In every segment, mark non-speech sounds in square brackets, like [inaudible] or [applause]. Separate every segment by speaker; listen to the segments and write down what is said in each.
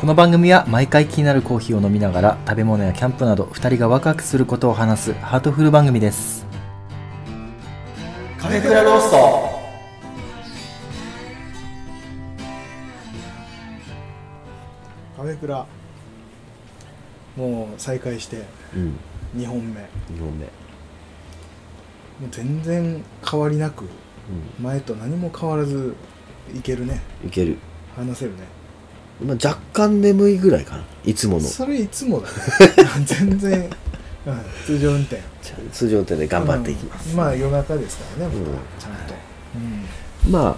Speaker 1: この番組は毎回気になるコーヒーを飲みながら食べ物やキャンプなど2人がワクワクすることを話すハートフル番組です
Speaker 2: カフェクラロースト
Speaker 3: カフェクラもう再開して
Speaker 2: うん
Speaker 3: 2本目も
Speaker 2: 2本目
Speaker 3: う全然変わりなく
Speaker 2: う
Speaker 3: 前と何も変わらずいけるね
Speaker 2: んいける、
Speaker 3: 話せるね
Speaker 2: まあ、若干眠いぐらいかないつもの
Speaker 3: それいつもだね
Speaker 2: [laughs]
Speaker 3: 全然、うん、通常運転
Speaker 2: 通常態で頑張っていきます、
Speaker 3: うんまあ夜中ですからね僕は
Speaker 2: うん
Speaker 3: ちゃんと、うん、
Speaker 2: まあ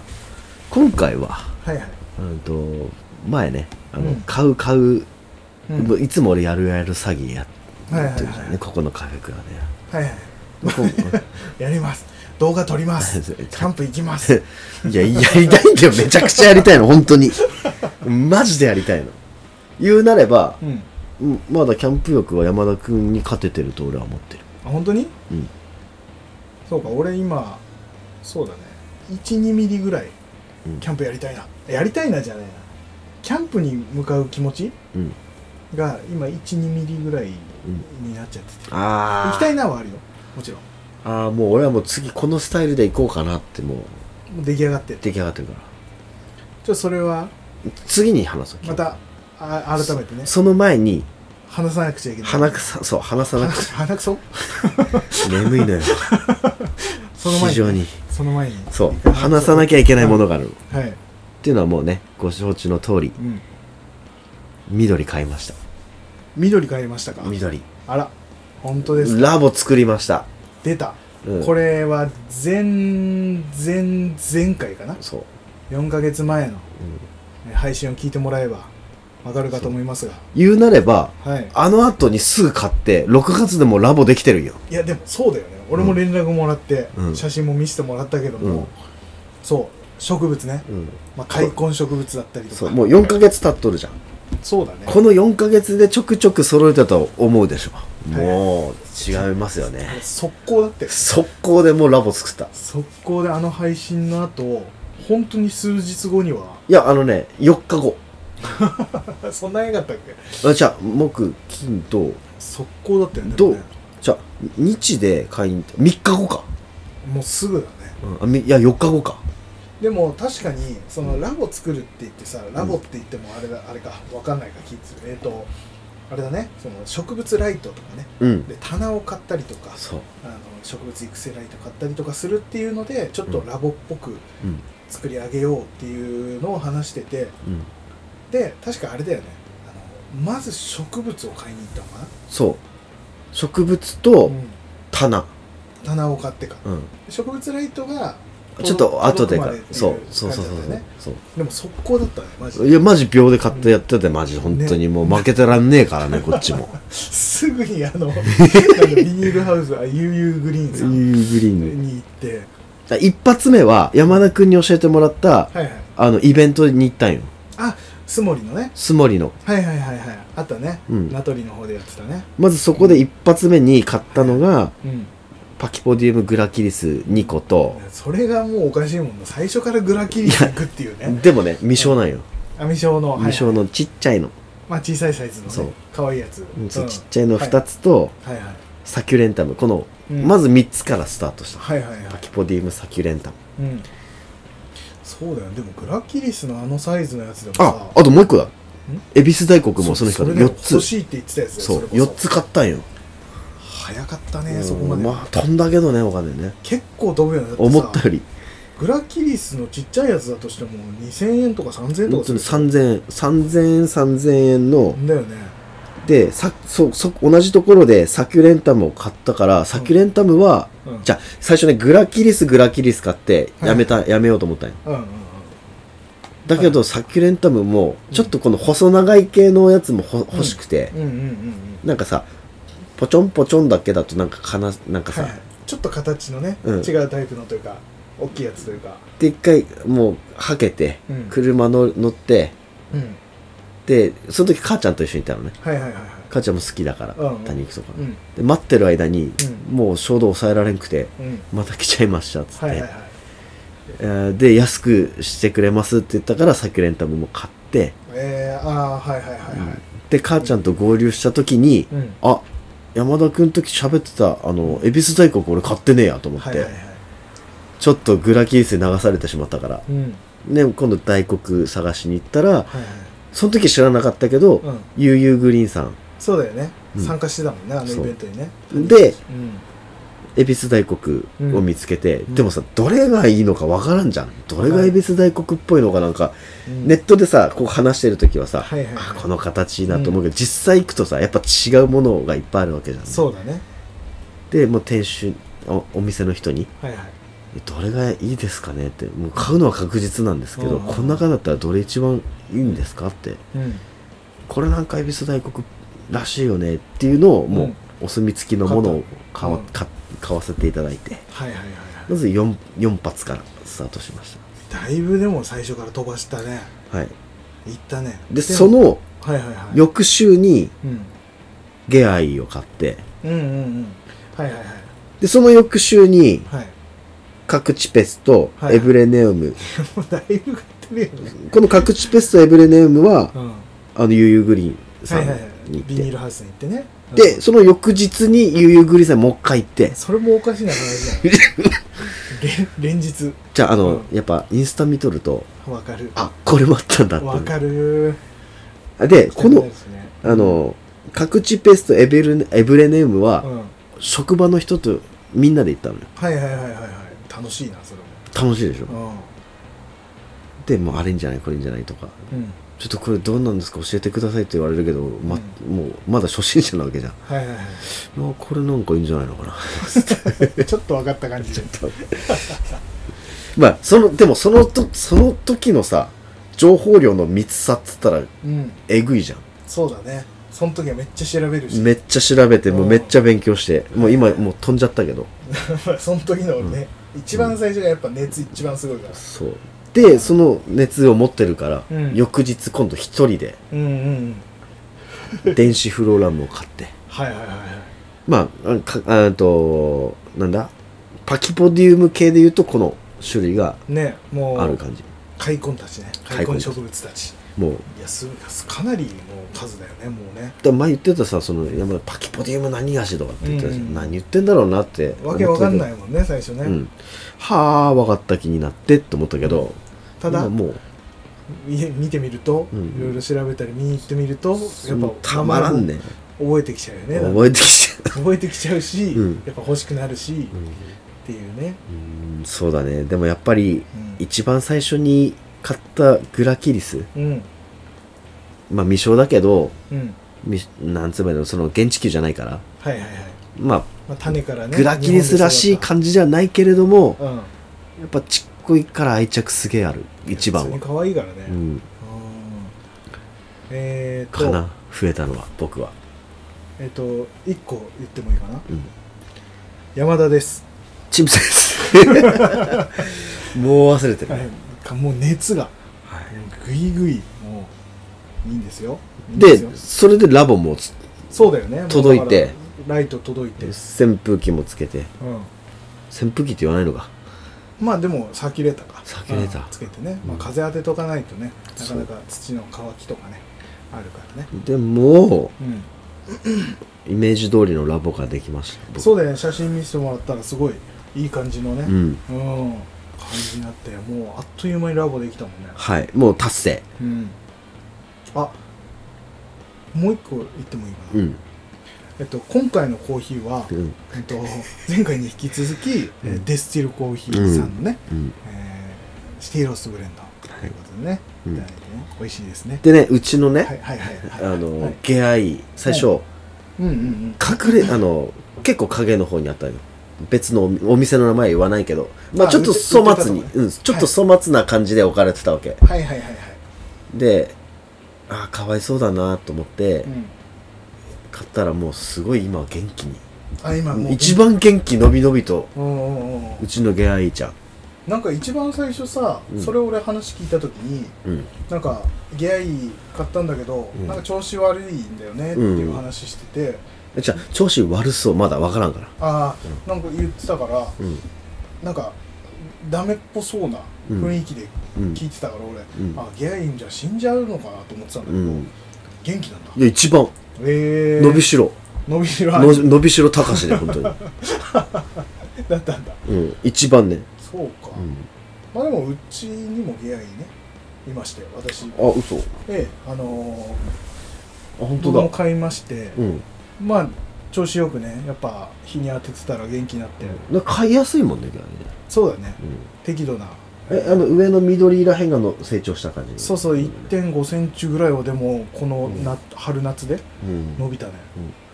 Speaker 2: 今回は
Speaker 3: はいはい
Speaker 2: うんと前ねあの、
Speaker 3: うん
Speaker 2: 買う買う、
Speaker 3: うん
Speaker 2: もういつも俺やるやる詐欺や
Speaker 3: はいはい
Speaker 2: ってるじゃんね、
Speaker 3: はい
Speaker 2: ここのカフェ
Speaker 3: [laughs]
Speaker 2: クラ
Speaker 3: は
Speaker 2: で
Speaker 3: いはい
Speaker 2: まあこう
Speaker 3: やります動画撮りま
Speaker 2: [laughs]
Speaker 3: すキャンプ行きます
Speaker 2: いや、やりたいん [laughs] だよ。めちゃくちゃやりたいの、本当に。マジでやりたいの。言うなれば、
Speaker 3: うん
Speaker 2: うんまだキャンプ欲は山田君に勝ててると俺は思ってる。
Speaker 3: あ本当に
Speaker 2: うん。
Speaker 3: そうか俺今そうだね12ミリぐらい
Speaker 2: うん
Speaker 3: キャンプやりたいなやりたいなじゃないなキャンプに向かう気持ち
Speaker 2: うん。
Speaker 3: が今12ミリぐらい
Speaker 2: ん
Speaker 3: になっちゃってて、
Speaker 2: ああ。
Speaker 3: 行きたいなはあるよもちろん
Speaker 2: ああ、もう俺はもう次このスタイルで行こうかなってもう
Speaker 3: もう出来上がってて
Speaker 2: 出来上がってるから。
Speaker 3: ちょっとそれは
Speaker 2: 次に話そう。
Speaker 3: またあ改めてね
Speaker 2: その前に、
Speaker 3: 話さなくちゃいけない
Speaker 2: 鼻くさ、そう、話さな
Speaker 3: 鼻
Speaker 2: く
Speaker 3: く
Speaker 2: ち
Speaker 3: 鼻くそ
Speaker 2: ゃ眠い [laughs] のよ。
Speaker 3: その前
Speaker 2: 非常に。
Speaker 3: その前に
Speaker 2: そう、話さなきゃいけないものがある。っ
Speaker 3: はい、
Speaker 2: ていうのはもうね、ご承知の通り、
Speaker 3: うん、
Speaker 2: 緑買いました。
Speaker 3: 緑変えましたか
Speaker 2: 緑。
Speaker 3: あら本当ですか
Speaker 2: ラボ作りました。
Speaker 3: 出た、
Speaker 2: うん
Speaker 3: これは前前前回かな
Speaker 2: そう。
Speaker 3: 4ヶ月前の配信を聞いてもらえばわかるかと思いますが
Speaker 2: 言うなれば、
Speaker 3: はい
Speaker 2: あの後にすぐ買って、6月でもうラボできてるよ。
Speaker 3: いやでもそうだよね俺も連絡もらって、
Speaker 2: うん
Speaker 3: 写真も見せてもらったけども、
Speaker 2: うん
Speaker 3: そう植物ね、
Speaker 2: うん。
Speaker 3: まあ、開墾植物だったりとか
Speaker 2: そう、もう4ヶ月経っとるじゃん。
Speaker 3: そうだね
Speaker 2: この4ヶ月でちょくちょく揃えたと思うでしょ。
Speaker 3: い
Speaker 2: もう、違いますよね。
Speaker 3: 速攻だって
Speaker 2: 速攻でもうラボ作った。
Speaker 3: 速攻であの配信の後本当に数日後には [laughs]
Speaker 2: いや、あのね、4日後。
Speaker 3: そんな映画だったっけ
Speaker 2: あじゃあ、木、金、土、
Speaker 3: 速攻だったよね
Speaker 2: どう
Speaker 3: でもね
Speaker 2: じゃあ、日で買いに行って、3日後か。
Speaker 3: もうすぐだね
Speaker 2: あみいや、4日後か。
Speaker 3: でも確かにそのラボ作るって言ってさラボって言ってもあれだあれかわかんないか聞いてるえっ、とあれだねその植物ライトとかね
Speaker 2: うん。
Speaker 3: で棚を買ったりとか
Speaker 2: そう。
Speaker 3: あの植物育成ライト買ったりとかするっていうのでちょっとラボっぽく
Speaker 2: うん。
Speaker 3: 作り上げようっていうのを話してて
Speaker 2: うん。
Speaker 3: で確かあれだよねあのまず植物を買いに行ったのかな、
Speaker 2: そう。植物と
Speaker 3: うん
Speaker 2: 棚。
Speaker 3: 棚を買ってか
Speaker 2: うん。
Speaker 3: 植物ライトが
Speaker 2: ちょっと後
Speaker 3: 届
Speaker 2: で
Speaker 3: くま
Speaker 2: か
Speaker 3: ってい
Speaker 2: そうそうそう
Speaker 3: 感じだったよね
Speaker 2: そう
Speaker 3: でも速攻だったねマジ
Speaker 2: そ
Speaker 3: で
Speaker 2: ういやマジ秒で買ってやっててマジ本当にもう負けてらんねえか
Speaker 3: [laughs]
Speaker 2: らねこっちも
Speaker 3: すぐにあ
Speaker 2: [laughs]
Speaker 3: のなんかビニールハウスあ UU グリーン
Speaker 2: ユ
Speaker 3: さん
Speaker 2: ーグリーン
Speaker 3: に行って
Speaker 2: の一発目は山田君に教えてもらった
Speaker 3: はいはい
Speaker 2: あのイベントに行ったんよ
Speaker 3: あスモリのね
Speaker 2: スモリの
Speaker 3: はいはいはいはいあったね、
Speaker 2: うん
Speaker 3: 名取の方でやってたね
Speaker 2: まずそこで一発目に買ったのが
Speaker 3: うん
Speaker 2: パキポディウムグラキリス2個と
Speaker 3: それがもうおかしいもんな最初からグラキリに行くっていうね
Speaker 2: でもね未償なんよ
Speaker 3: 網小の、はい
Speaker 2: 未償のちっちゃいの
Speaker 3: まあ、小さいサイズの、ね、
Speaker 2: そう
Speaker 3: 可愛いやつ、
Speaker 2: うん
Speaker 3: うん
Speaker 2: そうちっちゃいの2
Speaker 3: は
Speaker 2: つと
Speaker 3: い、はいはい
Speaker 2: サキュレンタムこの
Speaker 3: うん
Speaker 2: まず3つからスタートした
Speaker 3: はいはいはい
Speaker 2: パキポディウムサキュレンタム
Speaker 3: うんそうだよねでもグラキリスのあのサイズのやつでも
Speaker 2: あ
Speaker 3: さ
Speaker 2: あともう1個だ恵比寿大黒もその人
Speaker 3: れ
Speaker 2: で
Speaker 3: でも
Speaker 2: 4つ
Speaker 3: 欲しいって言ってたやつだよ
Speaker 2: そう
Speaker 3: れこ
Speaker 2: 4つ買ったんよ、
Speaker 3: 早かったねそこまで、
Speaker 2: うんまあ飛んだけどねお金ね
Speaker 3: 結構飛ぶよねだってさ
Speaker 2: 思ったより
Speaker 3: グラキリスのちっちゃいやつだとしても2000円とか3000円と
Speaker 2: 本
Speaker 3: か
Speaker 2: 当
Speaker 3: する
Speaker 2: に3000円3000円3000円の、
Speaker 3: だよね
Speaker 2: でさそうそ同じところでサキュレンタムを買ったからサキュレンタムは、
Speaker 3: うん
Speaker 2: じゃあ最初ねグラキリスグラキリス買って
Speaker 3: はい
Speaker 2: やめた、やめようと思ったんよ
Speaker 3: うんうんうん
Speaker 2: だけど、サキュレンタムもちょっとこの細長い系のやつもほ、欲しくて、
Speaker 3: うんうんうん
Speaker 2: なんかさポチョンポチョンだけだとなんかかななんか
Speaker 3: は
Speaker 2: さ、
Speaker 3: いはいちょっと形のね、
Speaker 2: うん
Speaker 3: 違うタイプのというか大きいやつというか
Speaker 2: で一回もうはけて、
Speaker 3: うん
Speaker 2: 車の乗って
Speaker 3: うん
Speaker 2: でその時母ちゃんと一緒にいたのね
Speaker 3: はいはいはいはい
Speaker 2: 母ちゃんも好きだから、
Speaker 3: うんうん
Speaker 2: 谷行くとか、
Speaker 3: うん
Speaker 2: で待ってる間に、
Speaker 3: う
Speaker 2: もう衝動抑えられんくて
Speaker 3: うん
Speaker 2: また来ちゃいましたっつって、
Speaker 3: はいはいはい
Speaker 2: えーで安くしてくれますって言ったからサキュレンタムも買って
Speaker 3: えー、ああーはいはいはいはい、
Speaker 2: で母ちゃんと合流した時に、
Speaker 3: うん
Speaker 2: あ山田君の時喋ってたあの恵比寿大根これ買ってねえやと思って、
Speaker 3: はいはいはい
Speaker 2: ちょっとグラキースに流されてしまったから
Speaker 3: うん
Speaker 2: で今度大黒探しに行ったら
Speaker 3: はいはい
Speaker 2: その時知らなかったけど、
Speaker 3: うん
Speaker 2: ゆうゆうグリーンさん
Speaker 3: そうだよね、
Speaker 2: うん
Speaker 3: 参加してたもんねあのイ
Speaker 2: そう
Speaker 3: ベントにね
Speaker 2: で
Speaker 3: うん
Speaker 2: 恵比寿大黒を見つけて、
Speaker 3: うん
Speaker 2: でもさどれがいいのかわからんじゃんどれが恵比寿大黒っぽいのかなんか、
Speaker 3: うん
Speaker 2: ネットでさこう話してる時はさ、
Speaker 3: はいはいはい
Speaker 2: あこの形いいなと思うけど、実際行くとさやっぱ違うものがいっぱいあるわけじゃん
Speaker 3: そうだね
Speaker 2: でもう店主おお店の人に
Speaker 3: はいはい
Speaker 2: 「どれがいいですかね?」ってもう買うのは確実なんですけど、
Speaker 3: うん
Speaker 2: この中だったらどれ一番いいんですかって
Speaker 3: うん
Speaker 2: これなんか恵比寿大黒らしいよねっていうのをもう、
Speaker 3: うん
Speaker 2: お墨付きのものを買わ,、
Speaker 3: うん
Speaker 2: 買買わせていただいて
Speaker 3: はいはいはいはい
Speaker 2: まず 4, 4発からスタートしまし
Speaker 3: だいぶでも最初から飛ばしたね
Speaker 2: たはい
Speaker 3: 行ったね
Speaker 2: で
Speaker 3: も
Speaker 2: その
Speaker 3: はいはいはい
Speaker 2: 翌週に
Speaker 3: うん
Speaker 2: 「ゲアイ」を買って
Speaker 3: うんうんうんはいはいはい
Speaker 2: でその翌週に
Speaker 3: はい
Speaker 2: 各チペスと
Speaker 3: はい
Speaker 2: エブレネウム、
Speaker 3: もうだいぶ買ってるよね
Speaker 2: この各チペスとエブレネウムは
Speaker 3: うんは
Speaker 2: あのゆうゆうグリーン
Speaker 3: い
Speaker 2: さ
Speaker 3: は
Speaker 2: ん
Speaker 3: い
Speaker 2: に
Speaker 3: はい
Speaker 2: 行って、
Speaker 3: ビニールハウスに行ってね
Speaker 2: でその翌日にゆうゆうグリーンさんにもう一回行って
Speaker 3: それもおかしな話だよ
Speaker 2: [laughs]
Speaker 3: れ連日
Speaker 2: じゃああの、
Speaker 3: う
Speaker 2: やっぱインスタ見とると
Speaker 3: わかる
Speaker 2: あこれもあったんだ
Speaker 3: わ
Speaker 2: って
Speaker 3: かる
Speaker 2: でこ
Speaker 3: う
Speaker 2: の
Speaker 3: ん
Speaker 2: あの各チペスとエベルエブレネウムは、職場の人とみんなで行ったのよ
Speaker 3: はいはいはいはいはい楽しいなそれ
Speaker 2: 楽しいでしょ、
Speaker 3: も
Speaker 2: でもうあれんじゃないこれんじゃないとか
Speaker 3: うんうん
Speaker 2: ちょっとこれどうなんですか教えてくださいって言われるけど、まもうまだ初心者なわけじゃん
Speaker 3: はいはいは
Speaker 2: あこれなんかいいんじゃないのかな [laughs]
Speaker 3: いちょっとわかった感じで
Speaker 2: まあそのでもそのとその時のさ情報量の密さっつったら
Speaker 3: うん
Speaker 2: えぐいじゃん
Speaker 3: そうだねその時はめっちゃ調べるし
Speaker 2: めっちゃ調べてもう
Speaker 3: うん
Speaker 2: めっちゃ勉強してもう今もう飛んじゃったけど
Speaker 3: [laughs] その時のね一番最初がやっぱ熱一番すごいから
Speaker 2: そうでその熱を持ってるから、
Speaker 3: うん
Speaker 2: 翌日今度一人で
Speaker 3: うんうん
Speaker 2: 電子フローラムを買って
Speaker 3: はいはいはいはい
Speaker 2: まああかあとなんだパキポディウム系でいうとこの種類が
Speaker 3: ねも
Speaker 2: ある
Speaker 3: う
Speaker 2: 感じ
Speaker 3: 開墾たちね開
Speaker 2: 開墾
Speaker 3: 墾
Speaker 2: たち
Speaker 3: 植物たち
Speaker 2: もう
Speaker 3: いやすかなりの数だよねもうね
Speaker 2: だから前言ってたさその山田パキポディウム何がしとかって言ってたじゃん、
Speaker 3: うんうん
Speaker 2: 何言ってんだろうなって、
Speaker 3: わけわかんないいもんね最初ね、
Speaker 2: うん、はあ分かった気になってって思ったけど
Speaker 3: ただ
Speaker 2: 今もう
Speaker 3: み見てみると、
Speaker 2: うん
Speaker 3: いろいろ調べたり見に行ってみるとやっ
Speaker 2: も
Speaker 3: ぱ
Speaker 2: うたまらんね
Speaker 3: 覚えてきちゃうよね
Speaker 2: 覚えてきちゃ
Speaker 3: 覚えてきちゃうし、
Speaker 2: うん
Speaker 3: やっぱ欲しくなるし、
Speaker 2: う、
Speaker 3: っ
Speaker 2: うん
Speaker 3: ていうね、
Speaker 2: うん [laughs] そうだねでもやっぱ
Speaker 3: う
Speaker 2: り
Speaker 3: ん
Speaker 2: 一番最初に買ったグラキリス
Speaker 3: うん
Speaker 2: まあ未償だけど
Speaker 3: うん
Speaker 2: みなんつうのその現地球じゃないから
Speaker 3: はいはいはい、
Speaker 2: まあ
Speaker 3: まあ、種からね
Speaker 2: グラキリスらしい
Speaker 3: 日本
Speaker 2: 感じじゃないけれども
Speaker 3: で育ったうん
Speaker 2: やっぱちっこいから愛着すげえある一番
Speaker 3: 普
Speaker 2: は
Speaker 3: 通に、可愛いからね、
Speaker 2: う
Speaker 3: うん
Speaker 2: ん、
Speaker 3: えー、と
Speaker 2: かな増えたのは僕は、
Speaker 3: えっ、と一個言ってもいいかな
Speaker 2: うん、
Speaker 3: 山田です、
Speaker 2: チムセです [laughs] もう忘れてる、
Speaker 3: かもう熱が、ぐいぐいもういいんですよいいんすよ
Speaker 2: でそれでラボもつ
Speaker 3: そうだよね
Speaker 2: 届いて
Speaker 3: もうだからライト届いて、
Speaker 2: 扇風機もつけて
Speaker 3: うん、
Speaker 2: 扇風機って言わないのか
Speaker 3: まあでもサーキュレーターか
Speaker 2: サーキュレーター
Speaker 3: うんつけてね、まあ、
Speaker 2: うん
Speaker 3: 風当てとかないとねなか
Speaker 2: そう
Speaker 3: なか土の乾きとかねあるからね、
Speaker 2: でも
Speaker 3: うん、
Speaker 2: イメージ通りのラボができました僕
Speaker 3: そうだよね写真見せてもらったらすごいいい感じのね
Speaker 2: う、ん
Speaker 3: うん感じになってもうあっという間にラボできたもんね、
Speaker 2: はいもう達成
Speaker 3: うん、あもう一個言ってもいいかな、
Speaker 2: うん、
Speaker 3: えっと、今回のコーヒーは、
Speaker 2: うん
Speaker 3: えっと、前回に引き続き、えーデスティルコーヒーさんのね、
Speaker 2: うん、
Speaker 3: えーシティロースブレンドということでね、
Speaker 2: うん
Speaker 3: いただいてね美味しいですね。
Speaker 2: でねうちのね、
Speaker 3: はいはいはいはい。
Speaker 2: あの、
Speaker 3: はい
Speaker 2: 出会い最初、
Speaker 3: うんうんうん。
Speaker 2: 隠れあの結構影の方にあったの別のおお店の名前言わないけど、まあ、
Speaker 3: あ
Speaker 2: ちょっと
Speaker 3: 売って
Speaker 2: 粗末に、
Speaker 3: 売ってたとこね
Speaker 2: うん、ちょっと粗末な感じで置かれてたわけ、
Speaker 3: はいはいはいはい。
Speaker 2: でああかわいそうだなと思って
Speaker 3: うん。
Speaker 2: 買ったらもうすごい今は元気に、
Speaker 3: あ今もう
Speaker 2: 一。番元気のびのびと
Speaker 3: うんうんうんうん
Speaker 2: う。ちのゲアイちゃん、
Speaker 3: なんか一番最初さ、
Speaker 2: うん
Speaker 3: それ俺話聞いた時に、
Speaker 2: うん、
Speaker 3: なんかゲアイ買ったんだけど、
Speaker 2: うん
Speaker 3: なんか調子悪いんだよねっていう話してて、
Speaker 2: じゃあ調子悪そうまだわからんから
Speaker 3: ああなんか言ってたから、
Speaker 2: うん
Speaker 3: なんかダメっぽそうな雰囲気で
Speaker 2: うん
Speaker 3: 聞いてたから俺、
Speaker 2: うん
Speaker 3: あゲインじゃ死んじゃうのかなと思ってたんだけ
Speaker 2: う
Speaker 3: ど、
Speaker 2: ん
Speaker 3: 元気なんだ
Speaker 2: いや一番
Speaker 3: ええー、
Speaker 2: 伸びしろ、
Speaker 3: 伸びしろあ
Speaker 2: の
Speaker 3: る
Speaker 2: 伸びしろ高しで本当に、
Speaker 3: だったんだ [laughs]
Speaker 2: うん、一番ね、
Speaker 3: そうか、
Speaker 2: うん、
Speaker 3: まあでもうちにもゲインねいまして私
Speaker 2: あ嘘あ
Speaker 3: ええあの
Speaker 2: 本
Speaker 3: ー、ど
Speaker 2: 当
Speaker 3: うも
Speaker 2: だ
Speaker 3: 買いまして、
Speaker 2: うん
Speaker 3: まあ調子よくねやっぱ日に当ててたら元気になって、
Speaker 2: なんか買いやすいもんね、逆にね
Speaker 3: そうだね
Speaker 2: うん
Speaker 3: 適度な
Speaker 2: えあの上の緑らへんがの成長した感じ
Speaker 3: そうそう
Speaker 2: うん
Speaker 3: 1.5センチぐらいはでもこのな、春夏で
Speaker 2: うん
Speaker 3: 伸びたね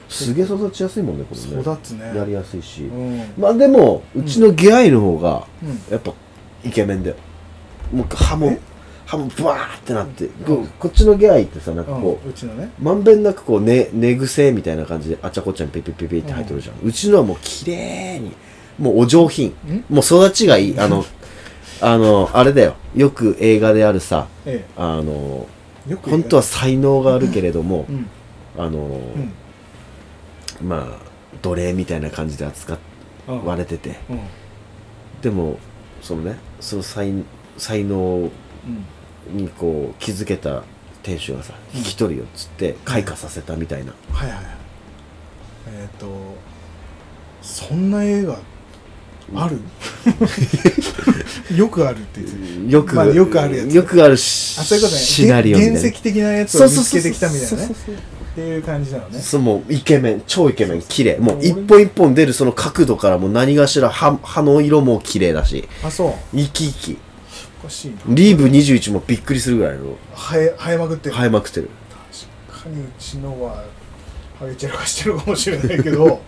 Speaker 2: すげえ育ちやすいもんねこれね
Speaker 3: 育つね
Speaker 2: やりやすいし、
Speaker 3: うん、うん、
Speaker 2: まあでもうちのゲアイの方がやっぱイケメンだよもう歯も
Speaker 3: え
Speaker 2: 歯もブワーってなって、
Speaker 3: ん
Speaker 2: こうこっちのゲアイってさなんか
Speaker 3: うん
Speaker 2: こう、
Speaker 3: うちのね
Speaker 2: まんべんなくこうね寝癖みたいな感じであちゃこちゃにペペペペって入ってるじゃん、うちのはもう綺麗にもうお上品
Speaker 3: ん
Speaker 2: もう育ちがいいあのあのあれだよよく映画であるさ
Speaker 3: え
Speaker 2: あの
Speaker 3: えよく
Speaker 2: 本当は才能があるけれども
Speaker 3: う、ん
Speaker 2: あの、
Speaker 3: うん
Speaker 2: まあ奴隷みたいな感じで扱
Speaker 3: うん
Speaker 2: われてて
Speaker 3: うんうん
Speaker 2: でもそのねその才才能にこう気づけた店主がさ
Speaker 3: うん
Speaker 2: 引き取るよっつって開花させたみたいな、
Speaker 3: はいはいはいえっ、とそんな映画あ
Speaker 2: [laughs]
Speaker 3: るよくあるって言ってる
Speaker 2: よく、
Speaker 3: まあよくあるやつ
Speaker 2: よくあるし
Speaker 3: あそういうことね
Speaker 2: シナリオみたい
Speaker 3: 原
Speaker 2: な
Speaker 3: 原石的なやつ
Speaker 2: そ
Speaker 3: を
Speaker 2: う
Speaker 3: 見
Speaker 2: そう
Speaker 3: つ
Speaker 2: そう
Speaker 3: けてきたみたいなね
Speaker 2: そうそうそう
Speaker 3: っていう感じなのね
Speaker 2: そうもうイケメン超イケメン綺麗もう
Speaker 3: 俺
Speaker 2: 一本一本出るその角度からもう何かしら歯歯の色も綺麗だし
Speaker 3: あそう
Speaker 2: 生き生き
Speaker 3: おかしいな
Speaker 2: リーブ21もびっくりするぐらいの
Speaker 3: 生え生えまくってる
Speaker 2: 生えまくってる
Speaker 3: 確かにうちのはハゲ散らかしてるかもしれないけ
Speaker 2: [laughs]
Speaker 3: ど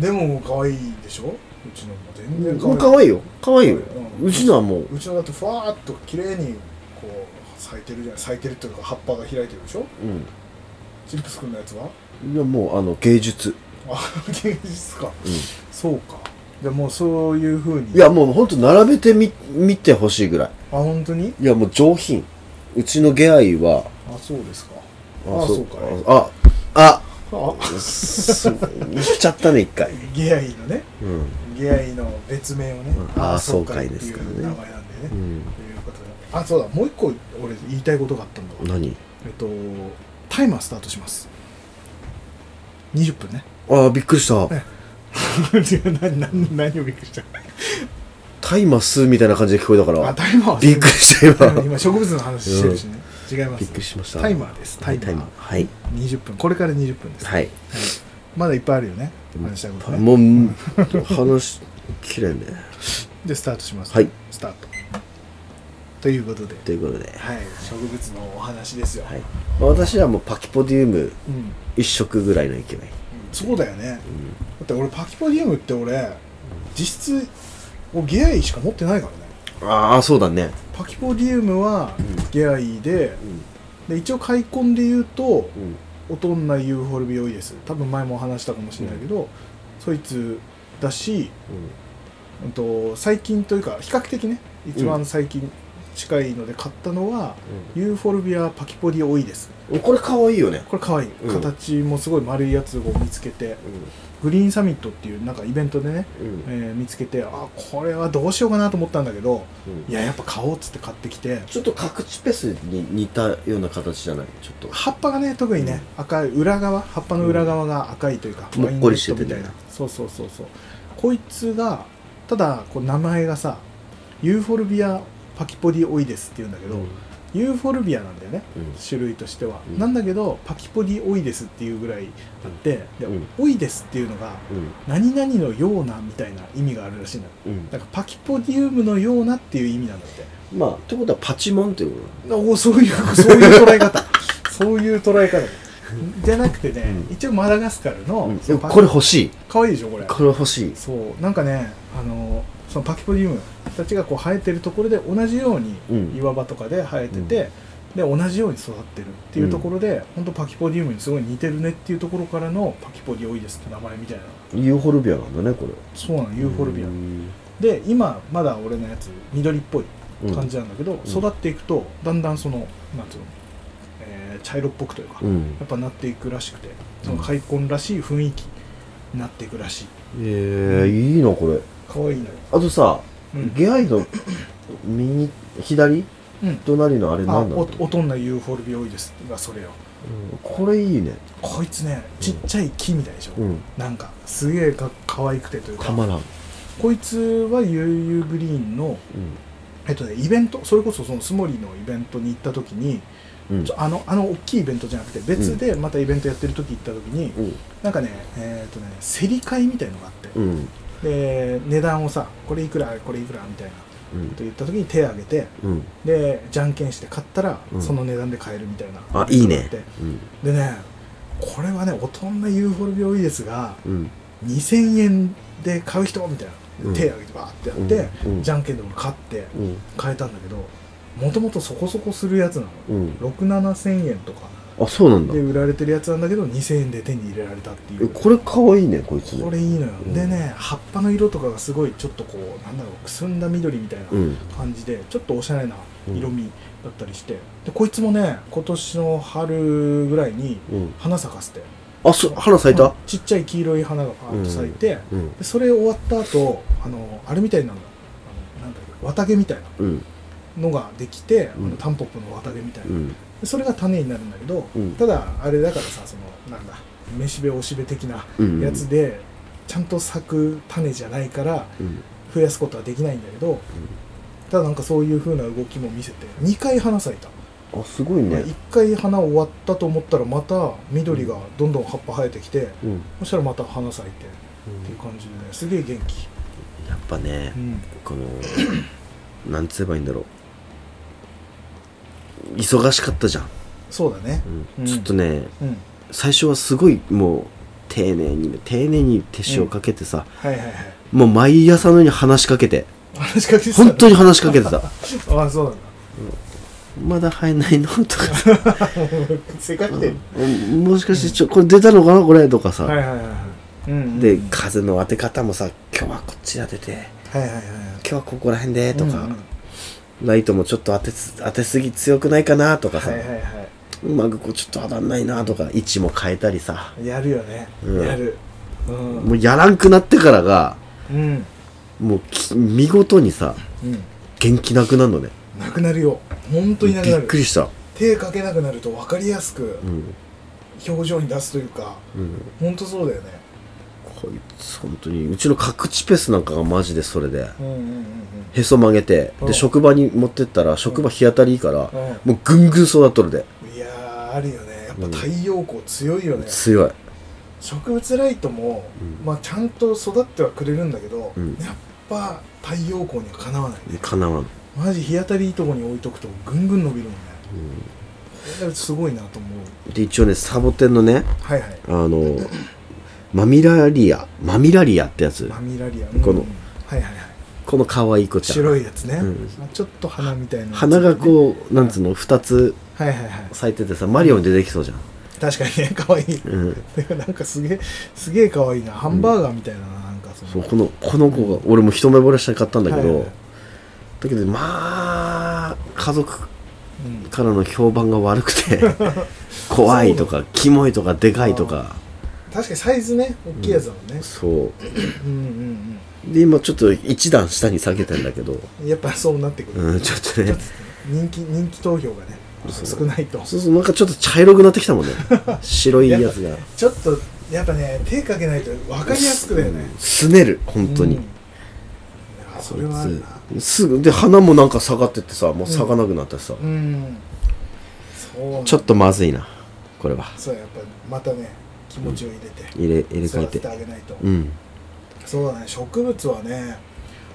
Speaker 3: でも可愛いでしょうちのも全然
Speaker 2: もう可愛いよ可愛いよ
Speaker 3: うん
Speaker 2: うちのはもう
Speaker 3: うちのだってふわーっと綺麗にこう咲いてるじゃん咲いてるっていうか葉っぱが開いてるでしょ
Speaker 2: う
Speaker 3: チップス君のやつは
Speaker 2: んいやもうあの芸術
Speaker 3: あ芸術か、
Speaker 2: うん
Speaker 3: そうかでもうそういうふうに
Speaker 2: いやもうほんと並べてみ見てほしいぐらい
Speaker 3: あ本当に
Speaker 2: いやもう上品うちのゲアイは
Speaker 3: あそうですかあそうかい
Speaker 2: ああ
Speaker 3: あ
Speaker 2: あす言っちゃったね一回
Speaker 3: ゲアイのね
Speaker 2: うん
Speaker 3: ゲアイの別名をね、
Speaker 2: うんあーそうかい
Speaker 3: って
Speaker 2: ですからね
Speaker 3: いう名前なんでね、
Speaker 2: うん
Speaker 3: ということであそうだもう一個俺言いたいことがあったんだわ
Speaker 2: 何
Speaker 3: えっとタイマースタートします20分
Speaker 2: [laughs]
Speaker 3: ね
Speaker 2: ああびっくりした
Speaker 3: 何何何をびっくりした
Speaker 2: タイマスみたいな感じで聞こえたか
Speaker 3: あ
Speaker 2: ら
Speaker 3: タイマー
Speaker 2: びっくりした今
Speaker 3: 今植物の話してるしね、違います
Speaker 2: びっくりしました
Speaker 3: タイマーですタ
Speaker 2: は
Speaker 3: イ
Speaker 2: い
Speaker 3: マー
Speaker 2: タイマーはい
Speaker 3: 20分これから20分です、
Speaker 2: はい
Speaker 3: まだいっぱいあるよね話したいことね
Speaker 2: もう話綺麗ね
Speaker 3: でスタートします、
Speaker 2: はい
Speaker 3: スタートということで
Speaker 2: ということで
Speaker 3: はい植物のお話ですよ、
Speaker 2: はい、私はもうパキポディウム
Speaker 3: うん
Speaker 2: 一色ぐらいのイケメン
Speaker 3: そうだよね、だって俺パキポディウムって俺実質俺ゲアイしか持ってないからね
Speaker 2: ああそうだね
Speaker 3: パキポディウムはゲアイで,、で一応開墾で言うと
Speaker 2: うん
Speaker 3: オトンナユーフォルビオイデス多分前もお話したかもしれないけど、そいつだし、うん、と最近というか比較的ね一番最近近いので買ったのは、ユーフォルビアパキポディオイデス
Speaker 2: うんこれ可愛いよね
Speaker 3: これ可愛い、
Speaker 2: うん
Speaker 3: 形もすごい丸いやつを見つけてグリーンサミットっていうなんかイベントでね
Speaker 2: うんうん
Speaker 3: えー見つけてあこれはどうしようかなと思ったんだけど
Speaker 2: うん
Speaker 3: いややっぱ買おうっつって買ってきて
Speaker 2: ちょっと角地ペスに似たような形じゃないちょっと
Speaker 3: 葉っぱがね特にね、赤い裏側葉っぱの裏側が赤いというか、
Speaker 2: うん
Speaker 3: ワイン
Speaker 2: もっこりしてて
Speaker 3: レッドみたいなそうそうそうそうこいつがただこう名前がさユーフォルビアパキポディオイデスっていうんだけど、ユーフォルビアなんだよね
Speaker 2: うん
Speaker 3: 種類としては、
Speaker 2: うん
Speaker 3: なんだけどパキポディオイデスっていうぐらいあって、で
Speaker 2: うん
Speaker 3: オイデスっていうのが
Speaker 2: うん
Speaker 3: 何々のようなみたいな意味があるらしいんだ
Speaker 2: うん
Speaker 3: なんかパキポディウムのようなっていう意味なんだって
Speaker 2: まあってことはパチモンっていうこ
Speaker 3: おそう [laughs] いうそういう捉え方そういう捉え方じゃなくてね、
Speaker 2: うん
Speaker 3: 一応マダガスカルの,、
Speaker 2: と
Speaker 3: そ
Speaker 2: で
Speaker 3: のパ
Speaker 2: もこれ欲しい
Speaker 3: かわいいでしょこれ
Speaker 2: これ欲しい
Speaker 3: そうなんかねあのそのパキポディウムたちがこう生えてるところで同じように
Speaker 2: うん
Speaker 3: 岩場とかで生えてて、で同じように育ってるっていうところで、ほん、本当パキポディウムにすごい似てるねっていうところからのパキポディオイデスって名前みたいな
Speaker 2: ユーフォルビアなんだねこれ
Speaker 3: そうなのユーフォルビア
Speaker 2: うん
Speaker 3: で今まだ俺のやつ緑っぽい
Speaker 2: うん
Speaker 3: 感じなんだけど、育っていくとだんだんそのなんつうの、えー茶色っぽくというか、
Speaker 2: う
Speaker 3: や
Speaker 2: ん
Speaker 3: っぱなっていくらしくてその開墾らしい雰囲気になっていくらしい
Speaker 2: えーいいなこれ
Speaker 3: 可愛いのよ
Speaker 2: あとさ
Speaker 3: うん
Speaker 2: 出会いの右左
Speaker 3: うん
Speaker 2: 隣のあれ
Speaker 3: あ
Speaker 2: 何なの
Speaker 3: おおとんなユーフォルビオイデスがそれよ
Speaker 2: うんこれいいね
Speaker 3: こいつねちっちゃい木みたいでしょ、
Speaker 2: うん
Speaker 3: なんかすげえか可愛くてという
Speaker 2: た
Speaker 3: か
Speaker 2: まらん
Speaker 3: こいつはゆうゆうグリーンのえっとねイベントそれこそそのスモリーのイベントに行った時に
Speaker 2: うんうん
Speaker 3: ちょあのあの大きいイベントじゃなくて別でまたイベントやってる時行った時に、
Speaker 2: うん
Speaker 3: なんかねえっ、とね競り会みたいのがあって、
Speaker 2: うん
Speaker 3: で値段をさこれいくらこれいくらみたいなこ
Speaker 2: うん
Speaker 3: と言った時に手を挙げて
Speaker 2: うん
Speaker 3: でじゃんけんして買ったら、
Speaker 2: うん
Speaker 3: その値段で買えるみたいな
Speaker 2: あいいね
Speaker 3: で
Speaker 2: うん
Speaker 3: でねこれはね大人なユーフォルビオイデスが
Speaker 2: うん
Speaker 3: 2000円で買う人みたいな、
Speaker 2: うん
Speaker 3: 手を挙げてバーってやって、
Speaker 2: うんうん
Speaker 3: じゃんけんでも買って
Speaker 2: うん
Speaker 3: 買えたんだけどもともとそこそこするやつなの、
Speaker 2: うん
Speaker 3: 6 7 0 0円とか
Speaker 2: あそうなんだ
Speaker 3: で売られてるやつなんだけど2000円で手に入れられたってい
Speaker 2: え
Speaker 3: う
Speaker 2: これかわいいねこいつね
Speaker 3: これいいのよ、
Speaker 2: うん
Speaker 3: でね葉っぱの色とかがすごいちょっとこうなんだろうくすんだ緑みたいな
Speaker 2: うん
Speaker 3: 感じで、ちょっとおしゃれな色味だったりして、でこいつもね今年の春ぐらいに
Speaker 2: うん
Speaker 3: 花咲かせて
Speaker 2: あそ花咲いた
Speaker 3: うんちっちゃい黄色い花がパーッと咲いて、
Speaker 2: うん
Speaker 3: でそれ終わった後あのあれみたいなのあのなんだっけ綿毛みたい
Speaker 2: うん
Speaker 3: なのができて、
Speaker 2: うん
Speaker 3: あのタンポポの綿毛みたいな、
Speaker 2: うん
Speaker 3: でそれが種になるんだけど、
Speaker 2: うん
Speaker 3: ただあれだからさそのなんだ飯べおしべ的な
Speaker 2: うん
Speaker 3: やつで、ちゃんと咲く種じゃないから
Speaker 2: うん
Speaker 3: 増やすことはできないんだけど、ただなんかそういう風な動きも見せて2回花咲いた、
Speaker 2: あすごいね
Speaker 3: 1回花終わったと思ったらまた緑がどんどん葉っぱ生えてきて、
Speaker 2: うん
Speaker 3: そしたらまた花咲いてっていう感じでねすげえ元気、
Speaker 2: やっぱねこ [coughs] のなんつえばいいんだろう忙しかったじゃん、
Speaker 3: そうだねうん
Speaker 2: ちょっとね
Speaker 3: うん
Speaker 2: 最初はすごいもう丁寧にね丁寧に手塩かけてさ、
Speaker 3: はいはいはい
Speaker 2: もう毎朝のように話しかけて
Speaker 3: 話しかけてた
Speaker 2: 本当に話しかけてた
Speaker 3: ああそうなんだ
Speaker 2: まだ入んないのとかさ、
Speaker 3: せかしてる、
Speaker 2: うんもしかしてちょこれ出たのかなこれとかさ、
Speaker 3: はいはいはいはいうんうん
Speaker 2: で風の当て方もさ今日はこっち当てて
Speaker 3: はいはいはい
Speaker 2: 今日はここら辺でとか、
Speaker 3: うんうん
Speaker 2: ライトもちょっと当てす当てすぎ強くないかなとか
Speaker 3: は
Speaker 2: さ、
Speaker 3: いはいは
Speaker 2: うまくこうちょっと当たんないなとか位置も変えたりさ
Speaker 3: いやるよね、
Speaker 2: うん
Speaker 3: やるうん
Speaker 2: もうやらんくなってからが
Speaker 3: うん
Speaker 2: もうき見事にさ
Speaker 3: うん
Speaker 2: 元気なくなるのね
Speaker 3: なくなるよ本当になく
Speaker 2: び
Speaker 3: な
Speaker 2: っ
Speaker 3: る
Speaker 2: くりした
Speaker 3: 手かけなくなると分かりやすく
Speaker 2: うん
Speaker 3: 表情に出すというか
Speaker 2: うん
Speaker 3: 本当そうだよね
Speaker 2: こいつ本当にうちの角地ペースなんかがマジでそれで
Speaker 3: うんうんうん
Speaker 2: へそ曲げて
Speaker 3: う
Speaker 2: で
Speaker 3: ん
Speaker 2: 職場に持ってったら職場日当たりいいから
Speaker 3: うん
Speaker 2: もうぐんぐん育っとるで
Speaker 3: うんいやーあるよねやっぱ太陽光強いよね、
Speaker 2: 強い
Speaker 3: 植物ライトも、
Speaker 2: うん
Speaker 3: まあ、ちゃんと育ってはくれるんだけど、
Speaker 2: うん
Speaker 3: やっぱ太陽光にはかなわない
Speaker 2: かなわん、
Speaker 3: マジ日当たりいいとこに置いとくとぐんぐん伸びるもんね
Speaker 2: う
Speaker 3: だからすごいなと思うん
Speaker 2: で一応ねサボテンのね
Speaker 3: はいはい
Speaker 2: あのマミラリアマミラリアってやつ
Speaker 3: マミラリア
Speaker 2: この
Speaker 3: うんはいはいはい
Speaker 2: この可愛い子ちゃん
Speaker 3: 白いやつね、
Speaker 2: うん
Speaker 3: まあちょっと花みたいな
Speaker 2: 花がこうなんつうの2つ
Speaker 3: うはいはいはい
Speaker 2: 咲いててさマリオに出てきそうじゃん、
Speaker 3: 確かにね可愛い
Speaker 2: うん、
Speaker 3: でもなんかすげえすげえ可愛いなハンバーガーみたいな、なんかその
Speaker 2: そうこのこの子が俺も一目惚れしたかったんだけど、
Speaker 3: はいはい
Speaker 2: だけどまあ家族
Speaker 3: うん
Speaker 2: からの評判が悪く [laughs] て怖いとかキモいとかでかいとか
Speaker 3: 確かにサイズね大きいやつだもんね、
Speaker 2: そ
Speaker 3: うん、うん
Speaker 2: うで今ちょっと一段下に下げてんだけど、
Speaker 3: うんやっぱそうなってくる、
Speaker 2: うん、ちょっと
Speaker 3: ちょっ
Speaker 2: ね
Speaker 3: と人気人気投票がね
Speaker 2: そう
Speaker 3: 少ないと
Speaker 2: そうそうなんかちょっと茶色くなってき
Speaker 3: [laughs]
Speaker 2: たもんね白いやつが
Speaker 3: ちょっとやっぱね手かけないと分かりやすくだよね
Speaker 2: すねる本当に、
Speaker 3: うんいやそれはあるな
Speaker 2: すぐで花もなんか下がってってさもう咲かなくなったしさ、
Speaker 3: うんそうなん
Speaker 2: ちょっとまずいなこれは
Speaker 3: そうやっぱまたね気持ちを入れて、
Speaker 2: 入れ入れ替え
Speaker 3: 育てて
Speaker 2: て
Speaker 3: あげないと、
Speaker 2: うん
Speaker 3: そうだね植物はね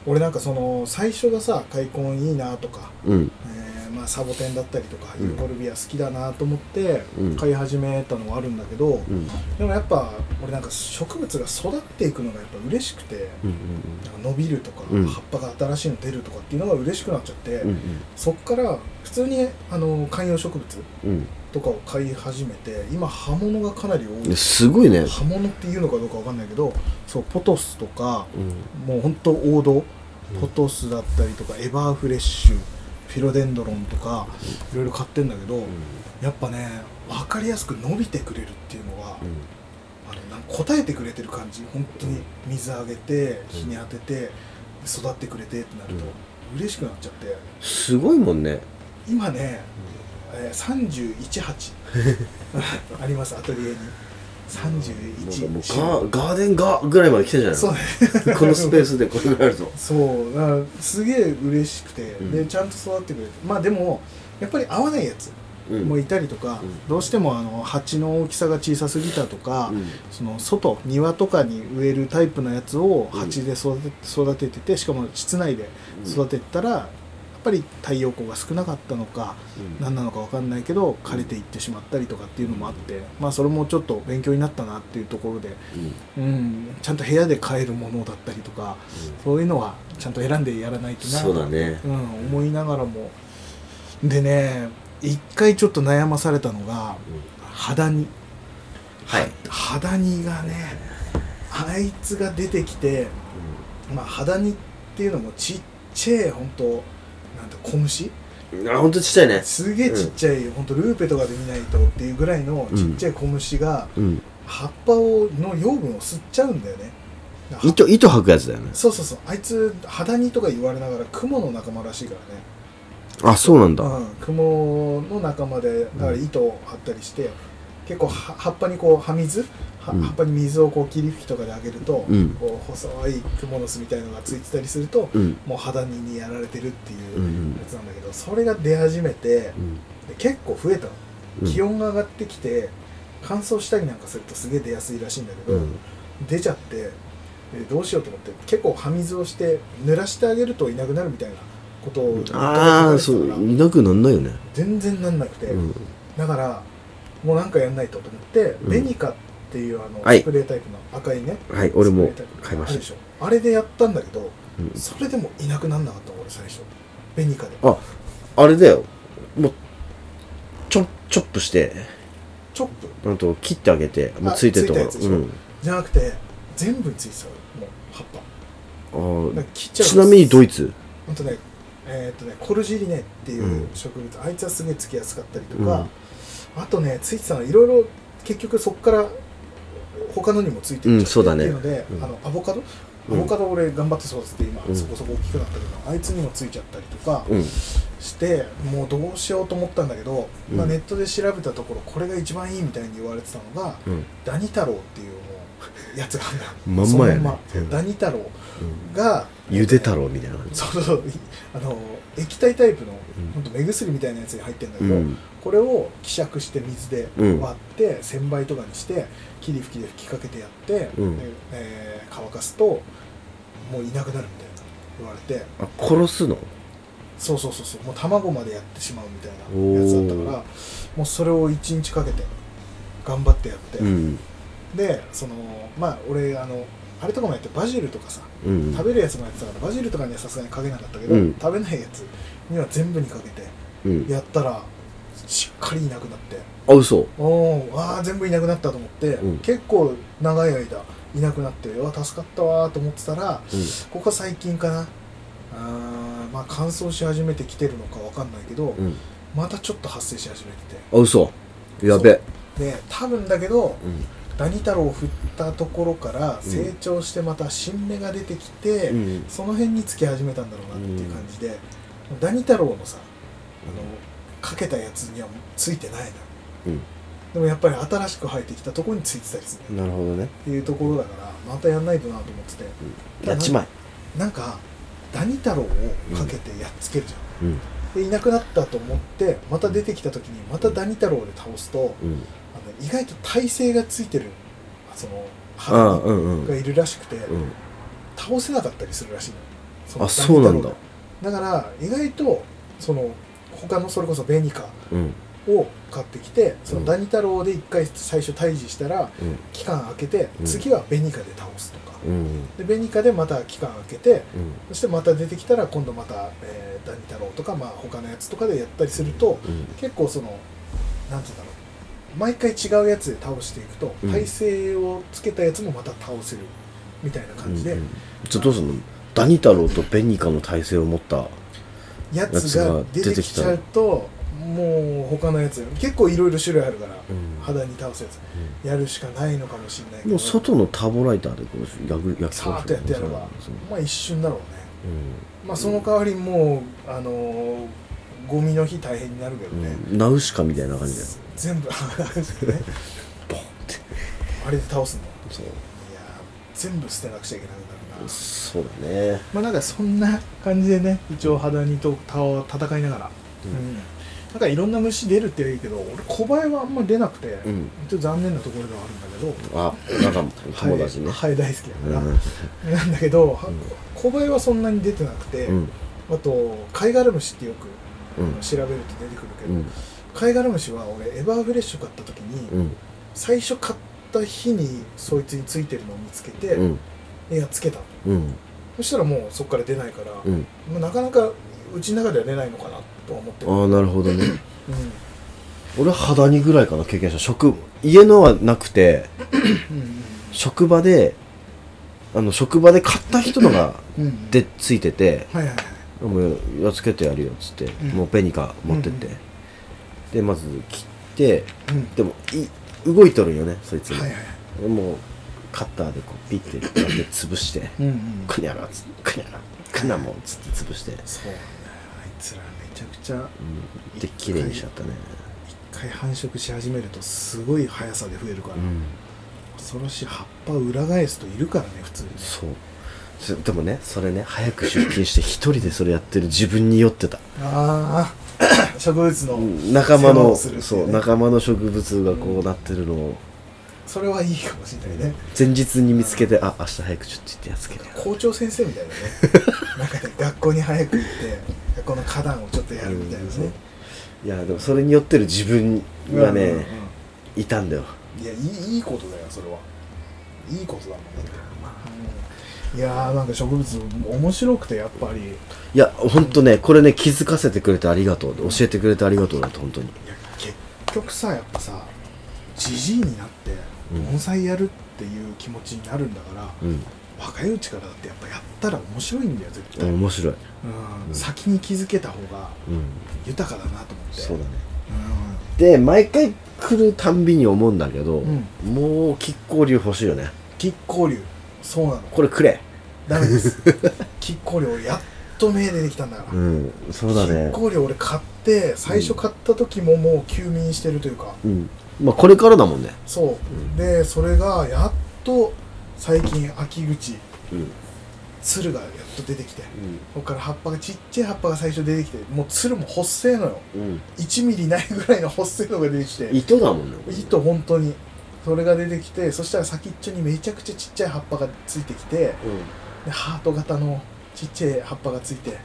Speaker 3: 俺なんかその最初がさ開墾いいなとか、
Speaker 2: うん
Speaker 3: えーまあ、サボテンだったりとか、
Speaker 2: うん
Speaker 3: ユーフォルビア好きだなと思って
Speaker 2: うん
Speaker 3: 飼い始めたのはあるんだけど、
Speaker 2: うん
Speaker 3: でもやっぱ俺なんか植物が育っていくのがやっぱ嬉しくて、
Speaker 2: うん
Speaker 3: なんか伸びるとか、
Speaker 2: うん
Speaker 3: 葉っぱが新しいの出るとかっていうのが嬉しくなっちゃって、
Speaker 2: うん
Speaker 3: そっから普通にあの観葉植物
Speaker 2: うん
Speaker 3: とかを飼い始めて今葉物がかなり
Speaker 2: う
Speaker 3: 多
Speaker 2: ん
Speaker 3: い
Speaker 2: すごいね
Speaker 3: 葉物っていうのかどうかわかんないけどそうポトスとか
Speaker 2: うん
Speaker 3: もう本当王道ポトスだったりとかエバーフレッシュフィロデンドロンとかいろいろ買ってんだけどやっぱね分かりやすく伸びてくれるっていうのは
Speaker 2: うん
Speaker 3: あのなんか答えてくれてる感じ本当に水あげて日に当てて育ってくれてってなると嬉しくなっちゃって
Speaker 2: すごいもんね
Speaker 3: 今ね、えー、318
Speaker 2: [laughs]
Speaker 3: ありますアトリエに
Speaker 2: なんかもう
Speaker 3: 31
Speaker 2: ガーガーデンガーぐらいまで来てんじゃない
Speaker 3: そうね
Speaker 2: このスペースでこれぐらいあるぞ
Speaker 3: そうだからすげえ嬉しくて、
Speaker 2: うん
Speaker 3: でちゃんと育ってくれてまあでもやっぱり合わないやつ
Speaker 2: うん
Speaker 3: もいたりとか、
Speaker 2: うん
Speaker 3: どうしてもあの鉢の大きさが小さすぎたとか、
Speaker 2: うん
Speaker 3: その外庭とかに植えるタイプのやつを鉢で育て,、育てててしかも室内で育ててたら、やっぱり太陽光が少なかったのか
Speaker 2: うん
Speaker 3: 何なのか分かんないけど枯れていってしまったりとかっていうのもあって、まあそれもちょっと勉強になったなっていうところで、
Speaker 2: うん
Speaker 3: うん、ちゃんと部屋で買えるものだったりとかそういうのはちゃんと選んでやらないとな
Speaker 2: そうだね
Speaker 3: うん、思いながらもでね一回ちょっと悩まされたのが肌に
Speaker 2: はい
Speaker 3: 肌にがねあいつが出てきて、まあ、肌にっていうのもちっちゃい本当なんだ小虫
Speaker 2: うんあほんとちっちゃいね
Speaker 3: すげえちっちゃい、ほんとルーペとかで見ないとっていうぐらいのちっちゃい小虫が
Speaker 2: うん
Speaker 3: 葉っぱをの養分を吸っちゃうんだよねだから
Speaker 2: 糸糸吐くやつだよね
Speaker 3: そうそうそうあいつ肌にとか言われながらクモの仲間らしいからね
Speaker 2: あそうなんだ
Speaker 3: うん、クモの仲間でだから糸を張ったりして、結構は葉っぱにこう葉水は
Speaker 2: うん
Speaker 3: 葉っぱに水をこう霧吹きとかであげると、
Speaker 2: うん
Speaker 3: こう細いクモの巣みたいのがついてたりすると
Speaker 2: うん
Speaker 3: もう肌ににやられてるっていううんやつなんだけどそれが出始めて
Speaker 2: うん
Speaker 3: で結構増えたの
Speaker 2: うん
Speaker 3: 気温が上がってきて乾燥したりなんかするとすげえ出やすいらしいんだけ
Speaker 2: う
Speaker 3: ど、
Speaker 2: ん
Speaker 3: 出ちゃってでどうしようと思って結構葉水をして濡らしてあげるといなくなるみたいなことを
Speaker 2: ああそ
Speaker 3: 言ってたから
Speaker 2: ういなくなんないよね
Speaker 3: 全然なんなくて、
Speaker 2: うん
Speaker 3: だからもうなんかやんないとと思って、
Speaker 2: うん
Speaker 3: ベニカっていうあの
Speaker 2: はい
Speaker 3: スプレータイプの赤いね、
Speaker 2: はい俺
Speaker 3: スプレ
Speaker 2: も
Speaker 3: ータイプ
Speaker 2: 買いま
Speaker 3: あるで
Speaker 2: し
Speaker 3: しょあれでやったんだけど
Speaker 2: たうん
Speaker 3: それでもいなくなんなかった俺最初ベニカで
Speaker 2: ああれだよもうちょチョップして
Speaker 3: チョップ
Speaker 2: あと切ってあげてもう
Speaker 3: あ
Speaker 2: ついてるところ
Speaker 3: ついたやつでしょ
Speaker 2: うん
Speaker 3: じゃなくて全部についてたのもう葉っぱ
Speaker 2: あ
Speaker 3: だ
Speaker 2: ー
Speaker 3: から切っちゃう
Speaker 2: ちなみにドイ
Speaker 3: ツ
Speaker 2: ツ
Speaker 3: ほんとねえーっとねコルジリネっていう植物、あいつはすげえつきやすかったりとか、あとねついてたのいろいろ結局そこから他のにもついて
Speaker 2: う
Speaker 3: っち
Speaker 2: んそ
Speaker 3: ゃ
Speaker 2: う
Speaker 3: って
Speaker 2: だ
Speaker 3: って
Speaker 2: ね
Speaker 3: いうので、
Speaker 2: うん
Speaker 3: あのアボカドア
Speaker 2: うん
Speaker 3: ボカド俺頑張って育てて今、
Speaker 2: うん
Speaker 3: そこそこ大きくなったけどあいつにもついちゃったりとか
Speaker 2: うん
Speaker 3: して、もうどうしようと思ったんだけど、
Speaker 2: うん
Speaker 3: まあ、ネットで調べたところこれが一番いいみたいに言われてたのが
Speaker 2: うん
Speaker 3: ダニ太郎っていうもうやつがある
Speaker 2: まんまやね
Speaker 3: その
Speaker 2: うん
Speaker 3: ダニ太郎が、
Speaker 2: ゆで太郎みたいな感じ
Speaker 3: そうそうあの液体タイプの
Speaker 2: うん
Speaker 3: ほんと目薬みたいなやつに入ってるんだけ
Speaker 2: う
Speaker 3: ど、
Speaker 2: ん
Speaker 3: これを希釈して水で
Speaker 2: うん
Speaker 3: 割って千倍とかにして霧吹きで吹きかけてやって、
Speaker 2: うん
Speaker 3: でえー乾かすともういなくなるみたいな言われて
Speaker 2: あ殺すの
Speaker 3: そうそうそうそうもう卵までやってしまうみたいなやつだったからもうそれを1日かけて頑張ってやって、
Speaker 2: うん
Speaker 3: でそのまあ俺あのあれとかもやってバジルとかさ
Speaker 2: うん
Speaker 3: 食べるやつもやってたからバジルとかにはさすがにかけなかったけど、
Speaker 2: うん
Speaker 3: 食べないやつには全部にかけて
Speaker 2: うん
Speaker 3: やったらしっかりいなくなって。
Speaker 2: あ嘘
Speaker 3: おーあー全部いなくなったと思って、
Speaker 2: うん
Speaker 3: 結構長い間いなくなってうわ助かったわーと思ってたら
Speaker 2: うん
Speaker 3: ここ最近かなあーまあ乾燥し始めてきてるのかわかんないけど、
Speaker 2: うん
Speaker 3: またちょっと発生し始めて
Speaker 2: あ嘘やべ
Speaker 3: てで多分だけど
Speaker 2: うん
Speaker 3: ダニ太郎を振ったところから
Speaker 2: うん
Speaker 3: 成長してまた新芽が出てきて、
Speaker 2: うん
Speaker 3: その辺につき始めたんだろうなっていう感じで、ダニ太郎のさあのかけたやつにはついてないな
Speaker 2: うん
Speaker 3: でもやっぱり新しく生えてきたところについてたりするんだよ
Speaker 2: なるほどね
Speaker 3: っていうところだからまたやんないとなと思ってて
Speaker 2: やっちまえ
Speaker 3: なんかダニ太郎をかけてやっつけるじゃん、
Speaker 2: うん
Speaker 3: でいなくなったと思ってまた出てきた時にまたダニ太郎で倒すと
Speaker 2: う
Speaker 3: あ
Speaker 2: ん
Speaker 3: の意外と耐性がついてるその
Speaker 2: あ
Speaker 3: 肌
Speaker 2: うんうん
Speaker 3: がいるらしくて、
Speaker 2: うん
Speaker 3: 倒せなかったりするらしいのよその
Speaker 2: あそうなん
Speaker 3: ダニ太
Speaker 2: だ
Speaker 3: 郎がだから意外とその他のそれこそベニカ
Speaker 2: うん
Speaker 3: を買ってきてそうの
Speaker 2: ん
Speaker 3: ダニ太郎で一回最初退治したら
Speaker 2: うん
Speaker 3: 期間空けて
Speaker 2: うん
Speaker 3: 次はベニカで倒すとか、
Speaker 2: うん
Speaker 3: でベニカでまた期間空けて
Speaker 2: うん
Speaker 3: そしてまた出てきたら今度また、えーダニ太郎とか、まあ、他のやつとかでやったりすると
Speaker 2: うん
Speaker 3: 結構そのなんて言うんだろう毎回違うやつで倒していくと
Speaker 2: うん
Speaker 3: 耐性をつけたやつもまた倒せるみたいな感じで、
Speaker 2: うんうんじゃあどうすんのダニ太郎とベニカの体勢を持った
Speaker 3: やつが出てきちゃうともう他のやつ結構いろいろ種類あるから、
Speaker 2: うん
Speaker 3: 肌に倒すやつやるしかないのかもしれないけど
Speaker 2: もう外のターボライターでこうやぐや
Speaker 3: さーっとやってやれば
Speaker 2: そう
Speaker 3: まあ一瞬だろうねまあその代わりもうあのーゴミの日大変になるけど
Speaker 2: うん
Speaker 3: ね、
Speaker 2: うんナウシカみたいな感じだよ
Speaker 3: 全部あれです
Speaker 2: [laughs]
Speaker 3: ね
Speaker 2: ボンって
Speaker 3: あれで倒すのい
Speaker 2: そう
Speaker 3: やー全部捨てなくちゃいけなくなるな
Speaker 2: そうだね
Speaker 3: まあなんかそんな感じでね一応肌にとたわ戦いながら、
Speaker 2: う
Speaker 3: うんんなんかいろんな虫出るっていいけど俺小バエはあんま出なくて、
Speaker 2: うん
Speaker 3: ちょっと残念なところではあるんだけど
Speaker 2: あなんか友達ね、
Speaker 3: ハエハエ大好き
Speaker 2: う
Speaker 3: だから、
Speaker 2: ん
Speaker 3: なんだけど、は
Speaker 2: うん
Speaker 3: 小バエはそんなに出てなくて、
Speaker 2: うん
Speaker 3: あと貝殻虫ってよく
Speaker 2: うん
Speaker 3: 調べると出てくるけ
Speaker 2: う
Speaker 3: ど、
Speaker 2: ん
Speaker 3: 貝殻虫は俺エバーフレッシュ買った時に、
Speaker 2: うん
Speaker 3: 最初買った日にそいつについてるのを見つけて、
Speaker 2: うん
Speaker 3: でやっつけたの
Speaker 2: うん
Speaker 3: そしたらもうそこから出ないから、
Speaker 2: うん
Speaker 3: まあ、なかなかうちの中では出ないのかなとは思ってる、
Speaker 2: ああなるほどね
Speaker 3: う
Speaker 2: 俺は肌にぐらいかな経験した職家のはなくて
Speaker 3: ん
Speaker 2: 職場であの職場で買った人
Speaker 3: [laughs]
Speaker 2: のが
Speaker 3: うんうん、
Speaker 2: でついてて
Speaker 3: はいはいはい
Speaker 2: 「もうやっつけてやるよ」っつって、
Speaker 3: うん
Speaker 2: もうペニカ持ってって、
Speaker 3: うんうん
Speaker 2: でまず切って
Speaker 3: うん
Speaker 2: でもい動いとるんよねそいつも、
Speaker 3: はいはい
Speaker 2: でもうカッターでこうピッてやって潰して
Speaker 3: うんう
Speaker 2: 「
Speaker 3: ん
Speaker 2: くにゃら」っつって「くにゃら」「くなもん」っつって潰して、
Speaker 3: そうなんだよあいつらめちゃくちゃ
Speaker 2: うん、で綺麗にしちゃったね
Speaker 3: 一回繁殖し始めるとすごい速さで増えるから、
Speaker 2: うん
Speaker 3: 恐ろしい葉っぱ裏返すといるからね普通に
Speaker 2: そうそでもねそれね早く出勤して一人でそれやってる自分に酔ってた
Speaker 3: ああ植物の、
Speaker 2: 仲間
Speaker 3: 世話
Speaker 2: の、
Speaker 3: をするっていうね
Speaker 2: そう仲間の植物がこうなってるのを
Speaker 3: それはいいかもしれないね
Speaker 2: 前日に見つけてあ明日早くちょっと行ってやっつける
Speaker 3: 校長先生みたいなねなんかね学校に早く行って学校の花壇をちょっとやるみたいな
Speaker 2: うんそう
Speaker 3: ね
Speaker 2: いやでもそれによってる自分がね、
Speaker 3: うんうん
Speaker 2: いたんだよ
Speaker 3: うんいやいいいいことだよそれはいいことだもんね、うんいやーなんか植物面白くてやっぱりい
Speaker 2: いやほんとねこれね気づかせてくれてありがとう教えてくれてありがとうだと本当に
Speaker 3: や結局さやっぱさじじいになって
Speaker 2: うん
Speaker 3: 盆栽やるっていう気持ちになるんだから、
Speaker 2: うん
Speaker 3: 若いうちからだってやっぱやったら面白いんだよ絶対、うん
Speaker 2: 面白い、うん
Speaker 3: 先に気づけた方が
Speaker 2: うん、
Speaker 3: 豊かだなと思って
Speaker 2: そうだね
Speaker 3: う
Speaker 2: で毎回来るたんびに思うんだけど、
Speaker 3: うん
Speaker 2: もう亀甲流欲しいよね
Speaker 3: ん亀甲竜そうなの
Speaker 2: これくれ
Speaker 3: ダメです [laughs] 亀甲竜やっと目出てきたんだから、
Speaker 2: うんそうだね
Speaker 3: 亀甲竜俺買って最初買った時ももう休眠してるというか、
Speaker 2: うんまあこれからだもんね
Speaker 3: そう、でそれがやっと最近秋口
Speaker 2: うん
Speaker 3: 鶴がやっと出てきてここから葉っぱがちっちゃい葉っぱが最初出てきてもう鶴も細いのよ
Speaker 2: うん
Speaker 3: 1ミリないぐらいの細いのが出てきて
Speaker 2: 糸だもんね
Speaker 3: 糸本当にそれが出てきてそしたら先っちょにめちゃくちゃちっちゃい葉っぱがついてきて
Speaker 2: う
Speaker 3: でハート型のちっちゃい葉っぱがついて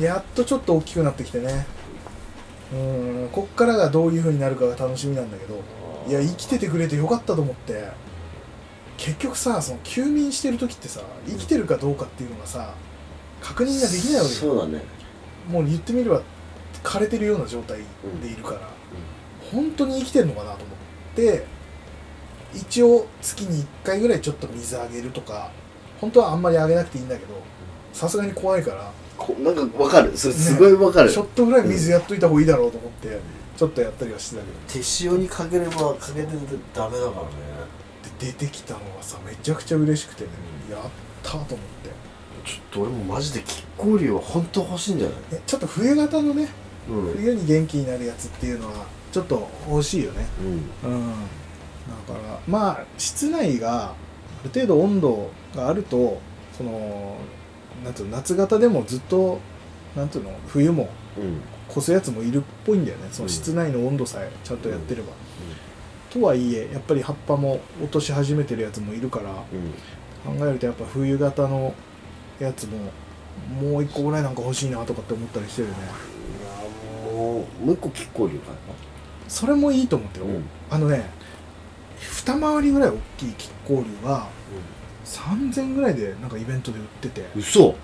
Speaker 3: やっとちょっと大きくなってきてねうんこっからがどういう風になるかが楽しみなんだけどいや生きててくれてよかったと思って結局さその休眠してる時ってさ生きてるかどうかっていうのがさ確認ができないわけ
Speaker 2: そ
Speaker 3: よ
Speaker 2: うだね
Speaker 3: もう言ってみれば枯れてるような状態でいるから、本当に生きてるのかなと思って一応月に1回ぐらいちょっと水あげるとか本当はあんまりあげなくていいんだけどさすがに怖いから
Speaker 2: こなんかわかるそれすごいわかる、
Speaker 3: ちょっとぐらい水やっといた方がいいだろうと思って、ちょっとやったりはしてたけ
Speaker 2: 手塩にかければかけてダメだからね
Speaker 3: どで出てきたのがさめちゃくちゃ嬉しくてねやったと思って
Speaker 2: ちょっと俺もマジで亀甲流は本当欲しいんじゃない
Speaker 3: えちょっと冬型のね
Speaker 2: うん
Speaker 3: 冬に元気になるやつっていうのはちょっと欲しいよね
Speaker 2: うん
Speaker 3: うんだからまあ室内がある程度温度があるとそのなんていうの夏型でもずっとなんていうの冬も
Speaker 2: うん
Speaker 3: 越すやつもいるっぽいんだよねそ
Speaker 2: うん
Speaker 3: の室内の温度さえちゃんとやってれば、とはいえやっぱり葉っぱも落とし始めてるやつもいるから
Speaker 2: うん
Speaker 3: 考えるとやっぱ冬型のやつももう一個ぐらいなんか欲しいなとかって思ったりしてるよね
Speaker 2: いやもうもう一個亀甲流か
Speaker 3: それもいいと思ってる、
Speaker 2: うん
Speaker 3: あのね二回りぐらい大きい亀甲竜は3000ぐらいでなんかイベントで売ってて
Speaker 2: な嘘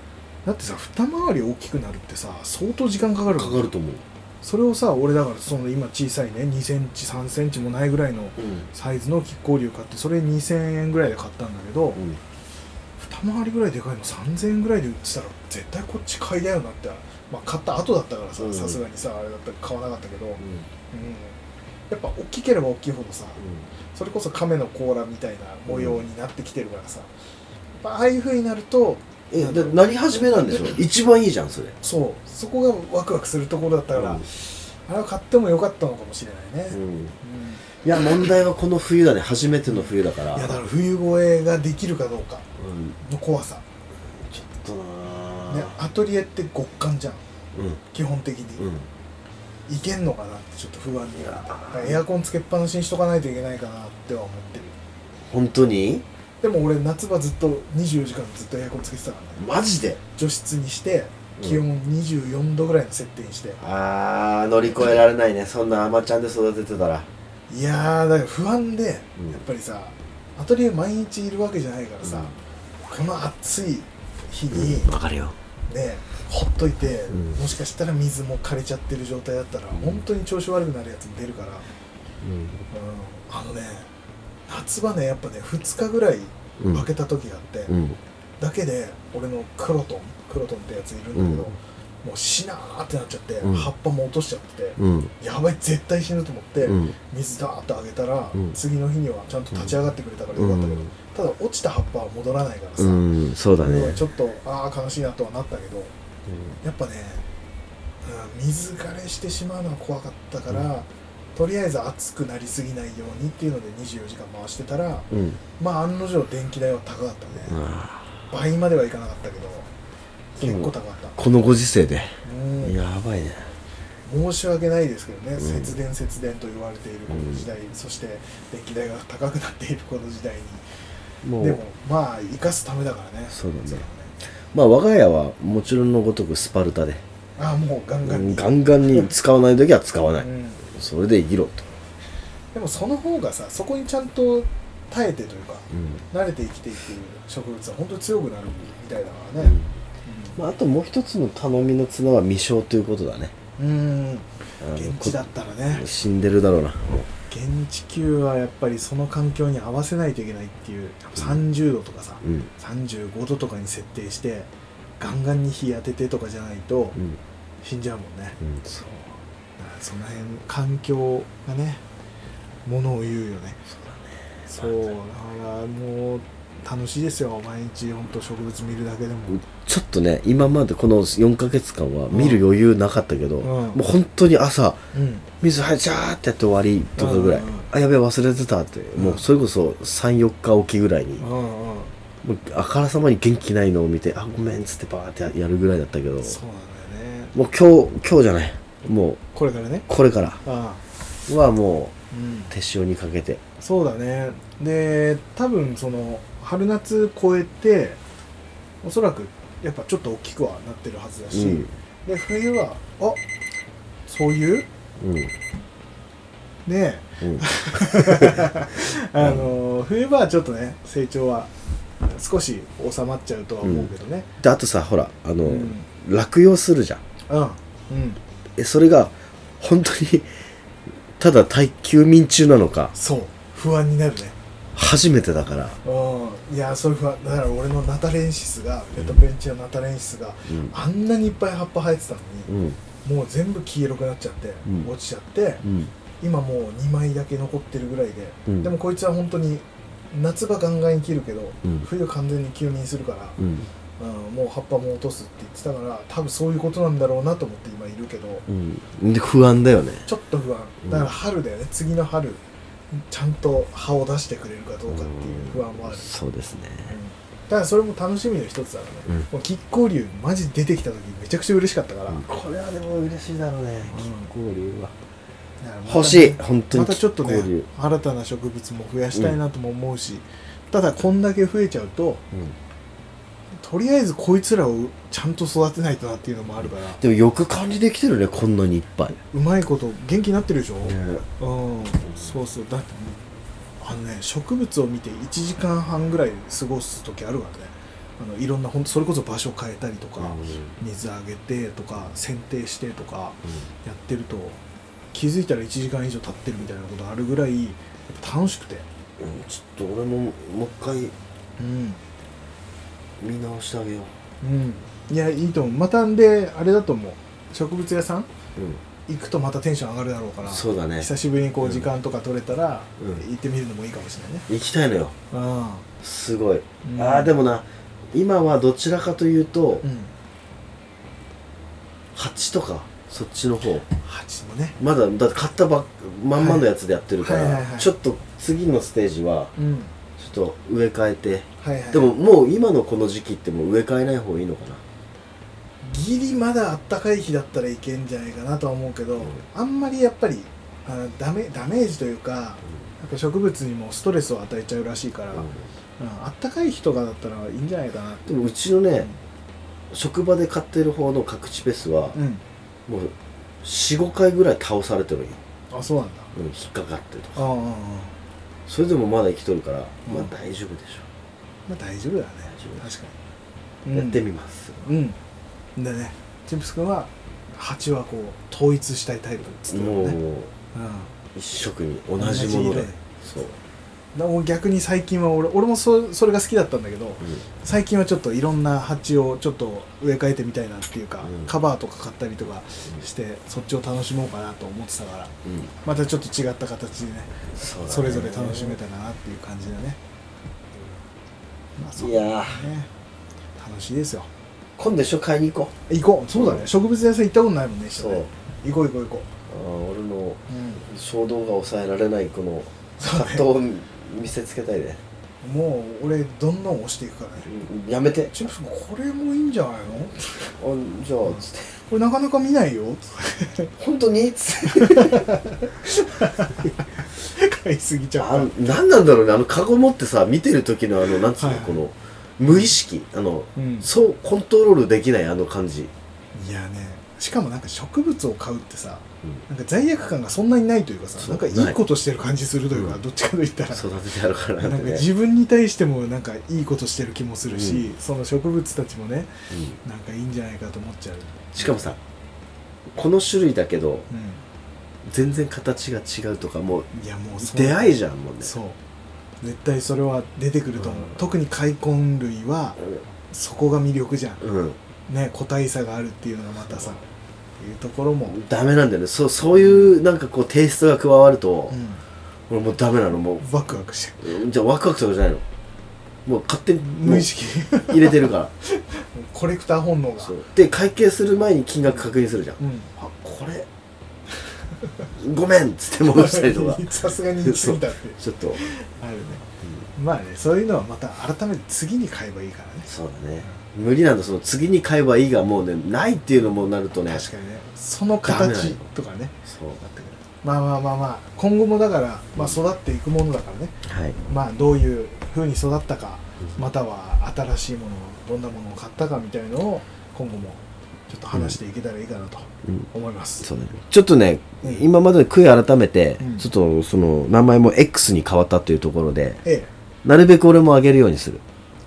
Speaker 3: だってさ二回り大きくなるってさ相当時間かかる
Speaker 2: かかると思う
Speaker 3: それをさ俺だからその今小さいね2センチ3センチもないぐらいの
Speaker 2: うん
Speaker 3: サイズの亀甲竜買ってそれ2000円ぐらいで買ったんだけど、
Speaker 2: うん
Speaker 3: 二回りぐらいでかいの3000円ぐらいで売ってたら絶対こっち買いだよなってまあ買った後だったから
Speaker 2: う
Speaker 3: さ
Speaker 2: ん
Speaker 3: さすがにさあれだったら買わなかったけど、うん、やっぱ大きければ大きいほどさそれこそ亀の甲羅みたいな模様になってきてるからさ、やっぱああいう風になると
Speaker 2: えだなり始めなんでしょ一番いいじゃんそれ
Speaker 3: そうそこがワクワクするところだったから、
Speaker 2: うん
Speaker 3: あれは買ってもよかったのかもしれないね、
Speaker 2: う
Speaker 3: うん
Speaker 2: んいや問題はこの冬だね初めての冬だから
Speaker 3: いやだから冬越えができるかどうか
Speaker 2: うん
Speaker 3: の怖さ、
Speaker 2: ちょっとな
Speaker 3: ね、アトリエって極寒じゃん
Speaker 2: う
Speaker 3: 基本的に、
Speaker 2: んうん
Speaker 3: いけんのかなってちょっと不安になるだからエアコンつけっぱなしにしとかないといけないかなっては思ってる
Speaker 2: 本当に
Speaker 3: でも俺夏場ずっと24時間ずっとエアコンつけてたからね
Speaker 2: マジで
Speaker 3: 除湿にして気温24度ぐらいの設定にして、
Speaker 2: ああ乗り越えられないねそんなアマちゃんで育ててたら
Speaker 3: いやーだから不安でや
Speaker 2: うん
Speaker 3: っぱりさアトリエ毎日いるわけじゃないからさ、この暑い日に
Speaker 2: わかるよ
Speaker 3: ねほっといて、
Speaker 2: ん
Speaker 3: もしかしたら水も枯れちゃってる状態だったら本当に調子悪くなるやつも出るから、うん、あのね夏場ねやっぱね2日ぐらい
Speaker 2: うん
Speaker 3: 負けた時があって、
Speaker 2: うん
Speaker 3: だけで俺のクロトンクロトンってやついるんだけど、
Speaker 2: うん
Speaker 3: もうしなーってなっちゃって、
Speaker 2: うん
Speaker 3: 葉っぱも落としちゃってて、
Speaker 2: うん
Speaker 3: やばい絶対死ぬと思って、
Speaker 2: うん
Speaker 3: 水だーってあげたら、
Speaker 2: うん
Speaker 3: 次の日にはちゃんと立ち上がってくれたからよかったけど、
Speaker 2: うん
Speaker 3: ただ落ちた葉っぱは戻らないからさ、
Speaker 2: うんそうだ
Speaker 3: う
Speaker 2: ね
Speaker 3: んちょっとああ悲しいなとはなったけどやっぱね、うん、水枯れしてしまうのは怖かったから、とりあえず暑くなりすぎないようにっていうので24時間回してたら
Speaker 2: うんうん
Speaker 3: まあ案の定電気代は高かったね、
Speaker 2: あ
Speaker 3: 倍まではいかなかったけど
Speaker 2: で
Speaker 3: 結
Speaker 2: も
Speaker 3: 構高かった、
Speaker 2: ーこのご時世で
Speaker 3: うん、
Speaker 2: やばいね
Speaker 3: 申し訳ないですけどね、
Speaker 2: ん
Speaker 3: 節電節電と言われているこの時代、そして電気代が高くなっているこの時代に
Speaker 2: も
Speaker 3: で
Speaker 2: う
Speaker 3: もまあ生かすためだからね
Speaker 2: そうだね
Speaker 3: れは
Speaker 2: まあ我が家はもちろんのごとくスパルタで
Speaker 3: ああもうガンガ
Speaker 2: ガ
Speaker 3: ンに
Speaker 2: ンガンに使わない時は使わない
Speaker 3: うん
Speaker 2: それで生きろと
Speaker 3: でもその方がさそこにちゃんと耐えてというか
Speaker 2: うん
Speaker 3: 慣れて生きていく植物は本当に強くなるみたいだから
Speaker 2: う
Speaker 3: ね
Speaker 2: んまああともう一つの頼みの綱は未生ということだね
Speaker 3: うん、うん
Speaker 2: あの
Speaker 3: 現地だったらね
Speaker 2: こ死んでるだろうなも
Speaker 3: 現地球はやっぱりその環境に合わせないといけないっていう30度とかさ
Speaker 2: ううん
Speaker 3: 35度とかに設定してガンガンに日当ててとかじゃないと
Speaker 2: うん
Speaker 3: 死んじゃうもんね
Speaker 2: うんそう
Speaker 3: だからその辺環境がねものを言うよねそうだからもう楽しいですよ毎日本当植物見るだけでも、
Speaker 2: ちょっとね今までこの4ヶ月間は見る余裕なかったけど、
Speaker 3: ん
Speaker 2: もう本当に朝
Speaker 3: うん、
Speaker 2: 水入っちゃーってやって終わりとかぐらい、
Speaker 3: うんうんうん
Speaker 2: あやべえ忘れてたって、もうそれこそ34日起きぐらいに、も
Speaker 3: うんうん
Speaker 2: うあからさまに元気ないのを見てあごめんっつってバーってややるぐらいだったけどもう
Speaker 3: そうなんだよね
Speaker 2: 今日今日じゃないもう
Speaker 3: これからね
Speaker 2: これから
Speaker 3: ああ
Speaker 2: はも
Speaker 3: うん
Speaker 2: う手塩にかけて
Speaker 3: そうだねで多分その春夏越えておそらくやっぱちょっと大きくはなってるはずだし、
Speaker 2: うん
Speaker 3: で冬はあそういう
Speaker 2: うん
Speaker 3: ね
Speaker 2: うん [laughs]
Speaker 3: あの、冬場はちょっとね成長は少し収まっちゃうとは思うけどね
Speaker 2: であとさほらあの、
Speaker 3: うん
Speaker 2: 落葉するじゃん
Speaker 3: うんうん
Speaker 2: えそれが本当にただ耐休眠中なのか
Speaker 3: そう不安になるね
Speaker 2: 初めてだから、
Speaker 3: うんいやそういう不安だから俺のナタレンシスがペトペンチアナタレンシスが
Speaker 2: うん
Speaker 3: あんなにいっぱい葉っぱ生えてたの
Speaker 2: う
Speaker 3: に、
Speaker 2: ん
Speaker 3: もう全部黄色くなっちゃって、
Speaker 2: うん
Speaker 3: 落ちちゃって
Speaker 2: うん
Speaker 3: 今もう2枚だけ残ってるぐらいで、
Speaker 2: うん
Speaker 3: でもこいつは本当に夏場ガンガン生きるけど、
Speaker 2: うん
Speaker 3: 冬完全に休眠するから、
Speaker 2: うん
Speaker 3: うんもう葉っぱも落とすって言ってたから多分そういうことなんだろうなと思って今いるけど
Speaker 2: うんで不安だよね
Speaker 3: ちょっと不安だから春だよね、次の春ちゃんと葉を出してくれるかどうかっていう不安もある、
Speaker 2: そうですね
Speaker 3: だからそれも楽しみの一つだろうね、
Speaker 2: うん
Speaker 3: もう吉光龍マジ出てきた時めちゃくちゃ嬉しかったから、
Speaker 2: うん
Speaker 3: だか
Speaker 2: これはでも嬉しいだろうね
Speaker 3: うん
Speaker 2: 交流は
Speaker 3: らまたね
Speaker 2: 欲しい本当に
Speaker 3: またちょっと
Speaker 2: 交流
Speaker 3: ね新たな植物も増やしたいなとも思うし、ただこんだけ増えちゃうと
Speaker 2: うん
Speaker 3: とりあえずこいつらをちゃんと育てないとなっていうのもあるから、
Speaker 2: でもよく管理できてるねこんなにいっぱい、
Speaker 3: うまいこと元気になってるでしょ、うんそうそうだってあのね植物を見て1時間半ぐらい過ごす時あるからねあのいろんなほんとそれこそ場所変えたりとか、水あげてとか剪定してとかやってると気づいたら1時間以上経ってるみたいなことあるぐらいやっぱ楽しくて、
Speaker 2: うんちょっと俺ももう一回
Speaker 3: うん
Speaker 2: 見直してあげよ
Speaker 3: うん、いやいいと思うまたんであれだと思う植物屋さん
Speaker 2: う、うん、
Speaker 3: 行くとまたテンション上がるだろうから
Speaker 2: そうだね
Speaker 3: 久しぶりにこ
Speaker 2: う
Speaker 3: うん時間とか取れたら、
Speaker 2: うん
Speaker 3: 行ってみるのもいいかもしれないね
Speaker 2: 行きたいのよ
Speaker 3: うん
Speaker 2: すごい、
Speaker 3: うん
Speaker 2: ああでもな今はどちらかというと、
Speaker 3: うん
Speaker 2: 8とかそっちの方
Speaker 3: 8もね
Speaker 2: まだだって買ったばっまんまのやつでやってるから、
Speaker 3: はいはいはいはい
Speaker 2: ちょっと次のステージは
Speaker 3: うん
Speaker 2: ちょっと植え替えて
Speaker 3: はいはい
Speaker 2: でももう今のこの時期ってもう植え替えない方がいいのかな
Speaker 3: ギリまだあったかい日だったらいけんじゃないかなとは思うけど、あんまりやっぱりあダメダメージというか、やっぱ植物にもストレスを与えちゃうらしいから、うんあったかい日とかだったらいいんじゃないかなって
Speaker 2: でもうちのね職場で買ってる方の各地フェスは
Speaker 3: うん
Speaker 2: もう45回ぐらい倒されてるんよ、
Speaker 3: あそうなんだ
Speaker 2: うん、引っかかってと
Speaker 3: あ
Speaker 2: か
Speaker 3: あああああ
Speaker 2: それでもまだ生きとるか
Speaker 3: う
Speaker 2: ら、
Speaker 3: ん
Speaker 2: まあ大丈夫でしょ
Speaker 3: まあ大丈夫だね
Speaker 2: 大丈夫
Speaker 3: 確かに、
Speaker 2: う、やって
Speaker 3: み
Speaker 2: みます
Speaker 3: うんでねチンプス君は蜂はこう統一したいタイプっつってた
Speaker 2: も
Speaker 3: も
Speaker 2: うん
Speaker 3: ね、
Speaker 2: 一色に同じもの
Speaker 3: 同じ色
Speaker 2: で
Speaker 3: で
Speaker 2: そ
Speaker 3: う
Speaker 2: う、
Speaker 3: ん、だからもう逆に最近は俺俺もそそれが好きだったんだけど最近はちょっといろんな鉢をちょっと植え替えてみたいなっていうか、
Speaker 2: うん
Speaker 3: カバーとか買ったりとかしてそっちを楽しもうかなと思ってたから
Speaker 2: うんうん
Speaker 3: またちょっと違った形でね
Speaker 2: そ
Speaker 3: そ
Speaker 2: だね
Speaker 3: れぞれ楽しめたらなっていう感じだね、まあそう
Speaker 2: い
Speaker 3: ね
Speaker 2: やー
Speaker 3: 楽しいですよ
Speaker 2: 今度一緒に買いに行こ
Speaker 3: 行こうそうだね、
Speaker 2: うん
Speaker 3: 植物屋さん行ったことないもんね
Speaker 2: う
Speaker 3: 一緒ね行こう行こう行こ
Speaker 2: あー俺の
Speaker 3: う、
Speaker 2: 衝動が抑えられないこの
Speaker 3: そう
Speaker 2: 葛
Speaker 3: ね
Speaker 2: 藤を見せつけたいね
Speaker 3: うん、もう俺どんどん押していくからね
Speaker 2: うんやめて
Speaker 3: チップスこれもいいんじゃないの
Speaker 2: あじゃあつって
Speaker 3: これなかなか見ないよ [laughs]
Speaker 2: 本当につって
Speaker 3: 買いすぎちゃう
Speaker 2: あ
Speaker 3: から
Speaker 2: の何なんだろうねあのカゴ持ってさ見てる時のあのなんつうの、
Speaker 3: はいはい
Speaker 2: この無意識あの、
Speaker 3: うん
Speaker 2: そうコントロールできないあの感じ、
Speaker 3: いやねしかもなんか植物を買うってさ
Speaker 2: うん
Speaker 3: なんか罪悪感がそんなにないというかさ
Speaker 2: そ
Speaker 3: な
Speaker 2: うん
Speaker 3: かいいことしてる感じするというか、
Speaker 2: うん
Speaker 3: どっちかと言ったら、
Speaker 2: 育ててやるから
Speaker 3: な
Speaker 2: なんん
Speaker 3: か
Speaker 2: てね
Speaker 3: 自分に対してもなんかいいことしてる気もするし、その植物たちもね
Speaker 2: うん
Speaker 3: なんかいいんじゃないかと思っちゃう、
Speaker 2: しかもさこの種類だけど
Speaker 3: う、
Speaker 2: 全然形が違うとかもうん
Speaker 3: いやもうそう
Speaker 2: 出会いじゃんもんね
Speaker 3: そう絶対それは出てくると思う、
Speaker 2: うん
Speaker 3: 特に開墾類はそこが魅力じゃん
Speaker 2: うん
Speaker 3: ね個体差があるっていうのがまたさっていうところも、うん
Speaker 2: ダメなんだよねそうそういうなんかこうテイストが加わると、俺もうダメなのも
Speaker 3: ワクワクして
Speaker 2: うじゃあワクワクとかじゃないのもう勝手にも
Speaker 3: 無
Speaker 2: う
Speaker 3: 意識 [laughs]
Speaker 2: 入れてるから
Speaker 3: コレクター本 [laughs] 能が
Speaker 2: そうで会計する前に金額確認するじゃん、
Speaker 3: うん
Speaker 2: あこれごめんっつって戻したりと
Speaker 3: [laughs]
Speaker 2: か
Speaker 3: さすがに行ってみたって
Speaker 2: ちょっと
Speaker 3: あるね、まあねそういうのはまた改めて次に買えばいいからね
Speaker 2: そうだね無理なんだその次に買えばいいがもうねないっていうのもなるとね
Speaker 3: 確かにねその
Speaker 2: ダメだ
Speaker 3: 形
Speaker 2: よ
Speaker 3: とかね
Speaker 2: そう
Speaker 3: なってくるまあまあまあまあ今後もだから、まあ、育っていくものだからね
Speaker 2: はい
Speaker 3: まあどういう風に育ったか
Speaker 2: うん
Speaker 3: または新しいものをどんなものを買ったかみたいのを今後もちょっと話していけたらいいかなと
Speaker 2: うん
Speaker 3: 思います、
Speaker 2: そうだねちょっとね、
Speaker 3: うん
Speaker 2: 今までの悔い改めて、
Speaker 3: うん
Speaker 2: ちょっとその名前も X に変わったというところで
Speaker 3: ええ
Speaker 2: なるべく俺も上げるようにする、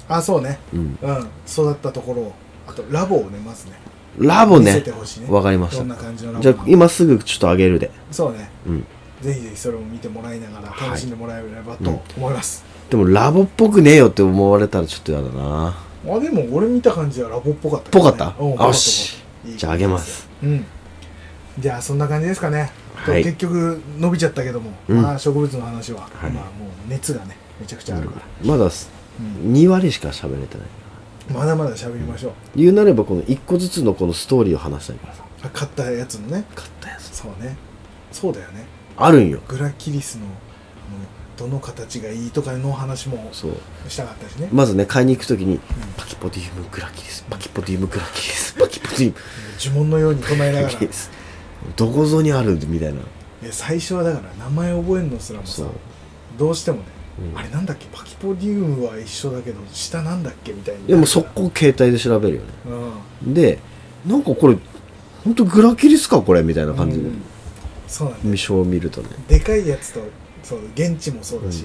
Speaker 3: あそうね
Speaker 2: うん、
Speaker 3: うん育ったところをあとラボをねまずね
Speaker 2: ラボ
Speaker 3: 見せ
Speaker 2: ね
Speaker 3: てほしいね
Speaker 2: わかりまし
Speaker 3: ど
Speaker 2: た
Speaker 3: んな感じのラボ
Speaker 2: じゃ
Speaker 3: な
Speaker 2: あ
Speaker 3: のか
Speaker 2: 今すぐちょっと上げるで、
Speaker 3: そうね
Speaker 2: うん、
Speaker 3: ぜひぜひそれも見てもらいながら楽しんでもらえればと思います、
Speaker 2: でもラボっぽくねえよって思われたらちょっとやだな
Speaker 3: あでも俺見た感じはラボっぽかったけ
Speaker 2: ぽ
Speaker 3: どね、
Speaker 2: かった
Speaker 3: うん
Speaker 2: よし
Speaker 3: ぽかったぽかった
Speaker 2: じゃあ上げます
Speaker 3: うんじゃあそんな感じですかね、
Speaker 2: はい
Speaker 3: 結局伸びちゃったけども、
Speaker 2: うん
Speaker 3: まあ植物の話は、
Speaker 2: はい
Speaker 3: まあもう熱がねめちゃくちゃあるから、
Speaker 2: まだす
Speaker 3: うん
Speaker 2: 2割しか喋れてない
Speaker 3: まだまだ喋りましょう、
Speaker 2: 言うなればこの1個ずつのこのストーリーを話したいからさ
Speaker 3: あ買ったやつのね
Speaker 2: 買ったやつ
Speaker 3: そうねそうだよね
Speaker 2: あるんよ
Speaker 3: グラキリスのあのどの形がいいとかの話も
Speaker 2: そう
Speaker 3: したかったしね、
Speaker 2: まずね買いに行くときにパキポディウムグラキリスパキポディウムグラキリスパキポディウム
Speaker 3: 呪文のように唱えな
Speaker 2: [laughs] グ
Speaker 3: が
Speaker 2: ラ
Speaker 3: ら
Speaker 2: キリスどこぞにあるみたいな
Speaker 3: え最初はだから名前覚えるのすらもさ
Speaker 2: そう
Speaker 3: どうしてもね、
Speaker 2: うん
Speaker 3: あれなんだっけパキポディウムは一緒だけど下なんだっけみたいに
Speaker 2: でも速攻携帯で調べるよね
Speaker 3: うん
Speaker 2: でなんかこれ本当グラキリスかこれみたいな感じで
Speaker 3: うんそうなんだ
Speaker 2: 未章を見るとね
Speaker 3: でかいやつとそう現地もそうだし、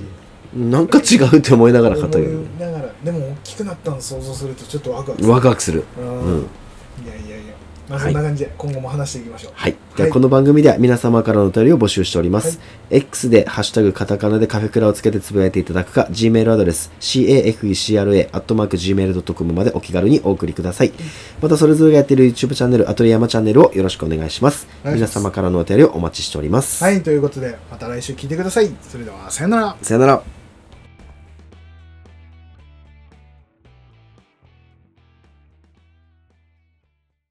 Speaker 2: なんか違うって思いながら買ったけど
Speaker 3: 思
Speaker 2: ね
Speaker 3: いながらでも大きくなったの想像するとちょっとワクワクする
Speaker 2: ワクワクする
Speaker 3: うん
Speaker 2: うん
Speaker 3: いやいやいやまあそんな感じで今後も話していきましょう
Speaker 2: はい。では、この番組では皆様からのお便りを募集しております。
Speaker 3: は
Speaker 2: X で、ハッシュタグカタカナでカフェクラをつけてつぶやいていただくか、Gmail アドレス、cafecra.gmail.com までお気軽にお送りください。また、それぞれがやっている YouTube チャンネル、アトリヤマチャンネルをよろしくお願いします。
Speaker 3: お願いし
Speaker 2: 皆
Speaker 3: ます
Speaker 2: 様からのお便りをお待ちしております。
Speaker 3: はいということでまた来週聞いてくださいそれではさよなら
Speaker 2: さよなら。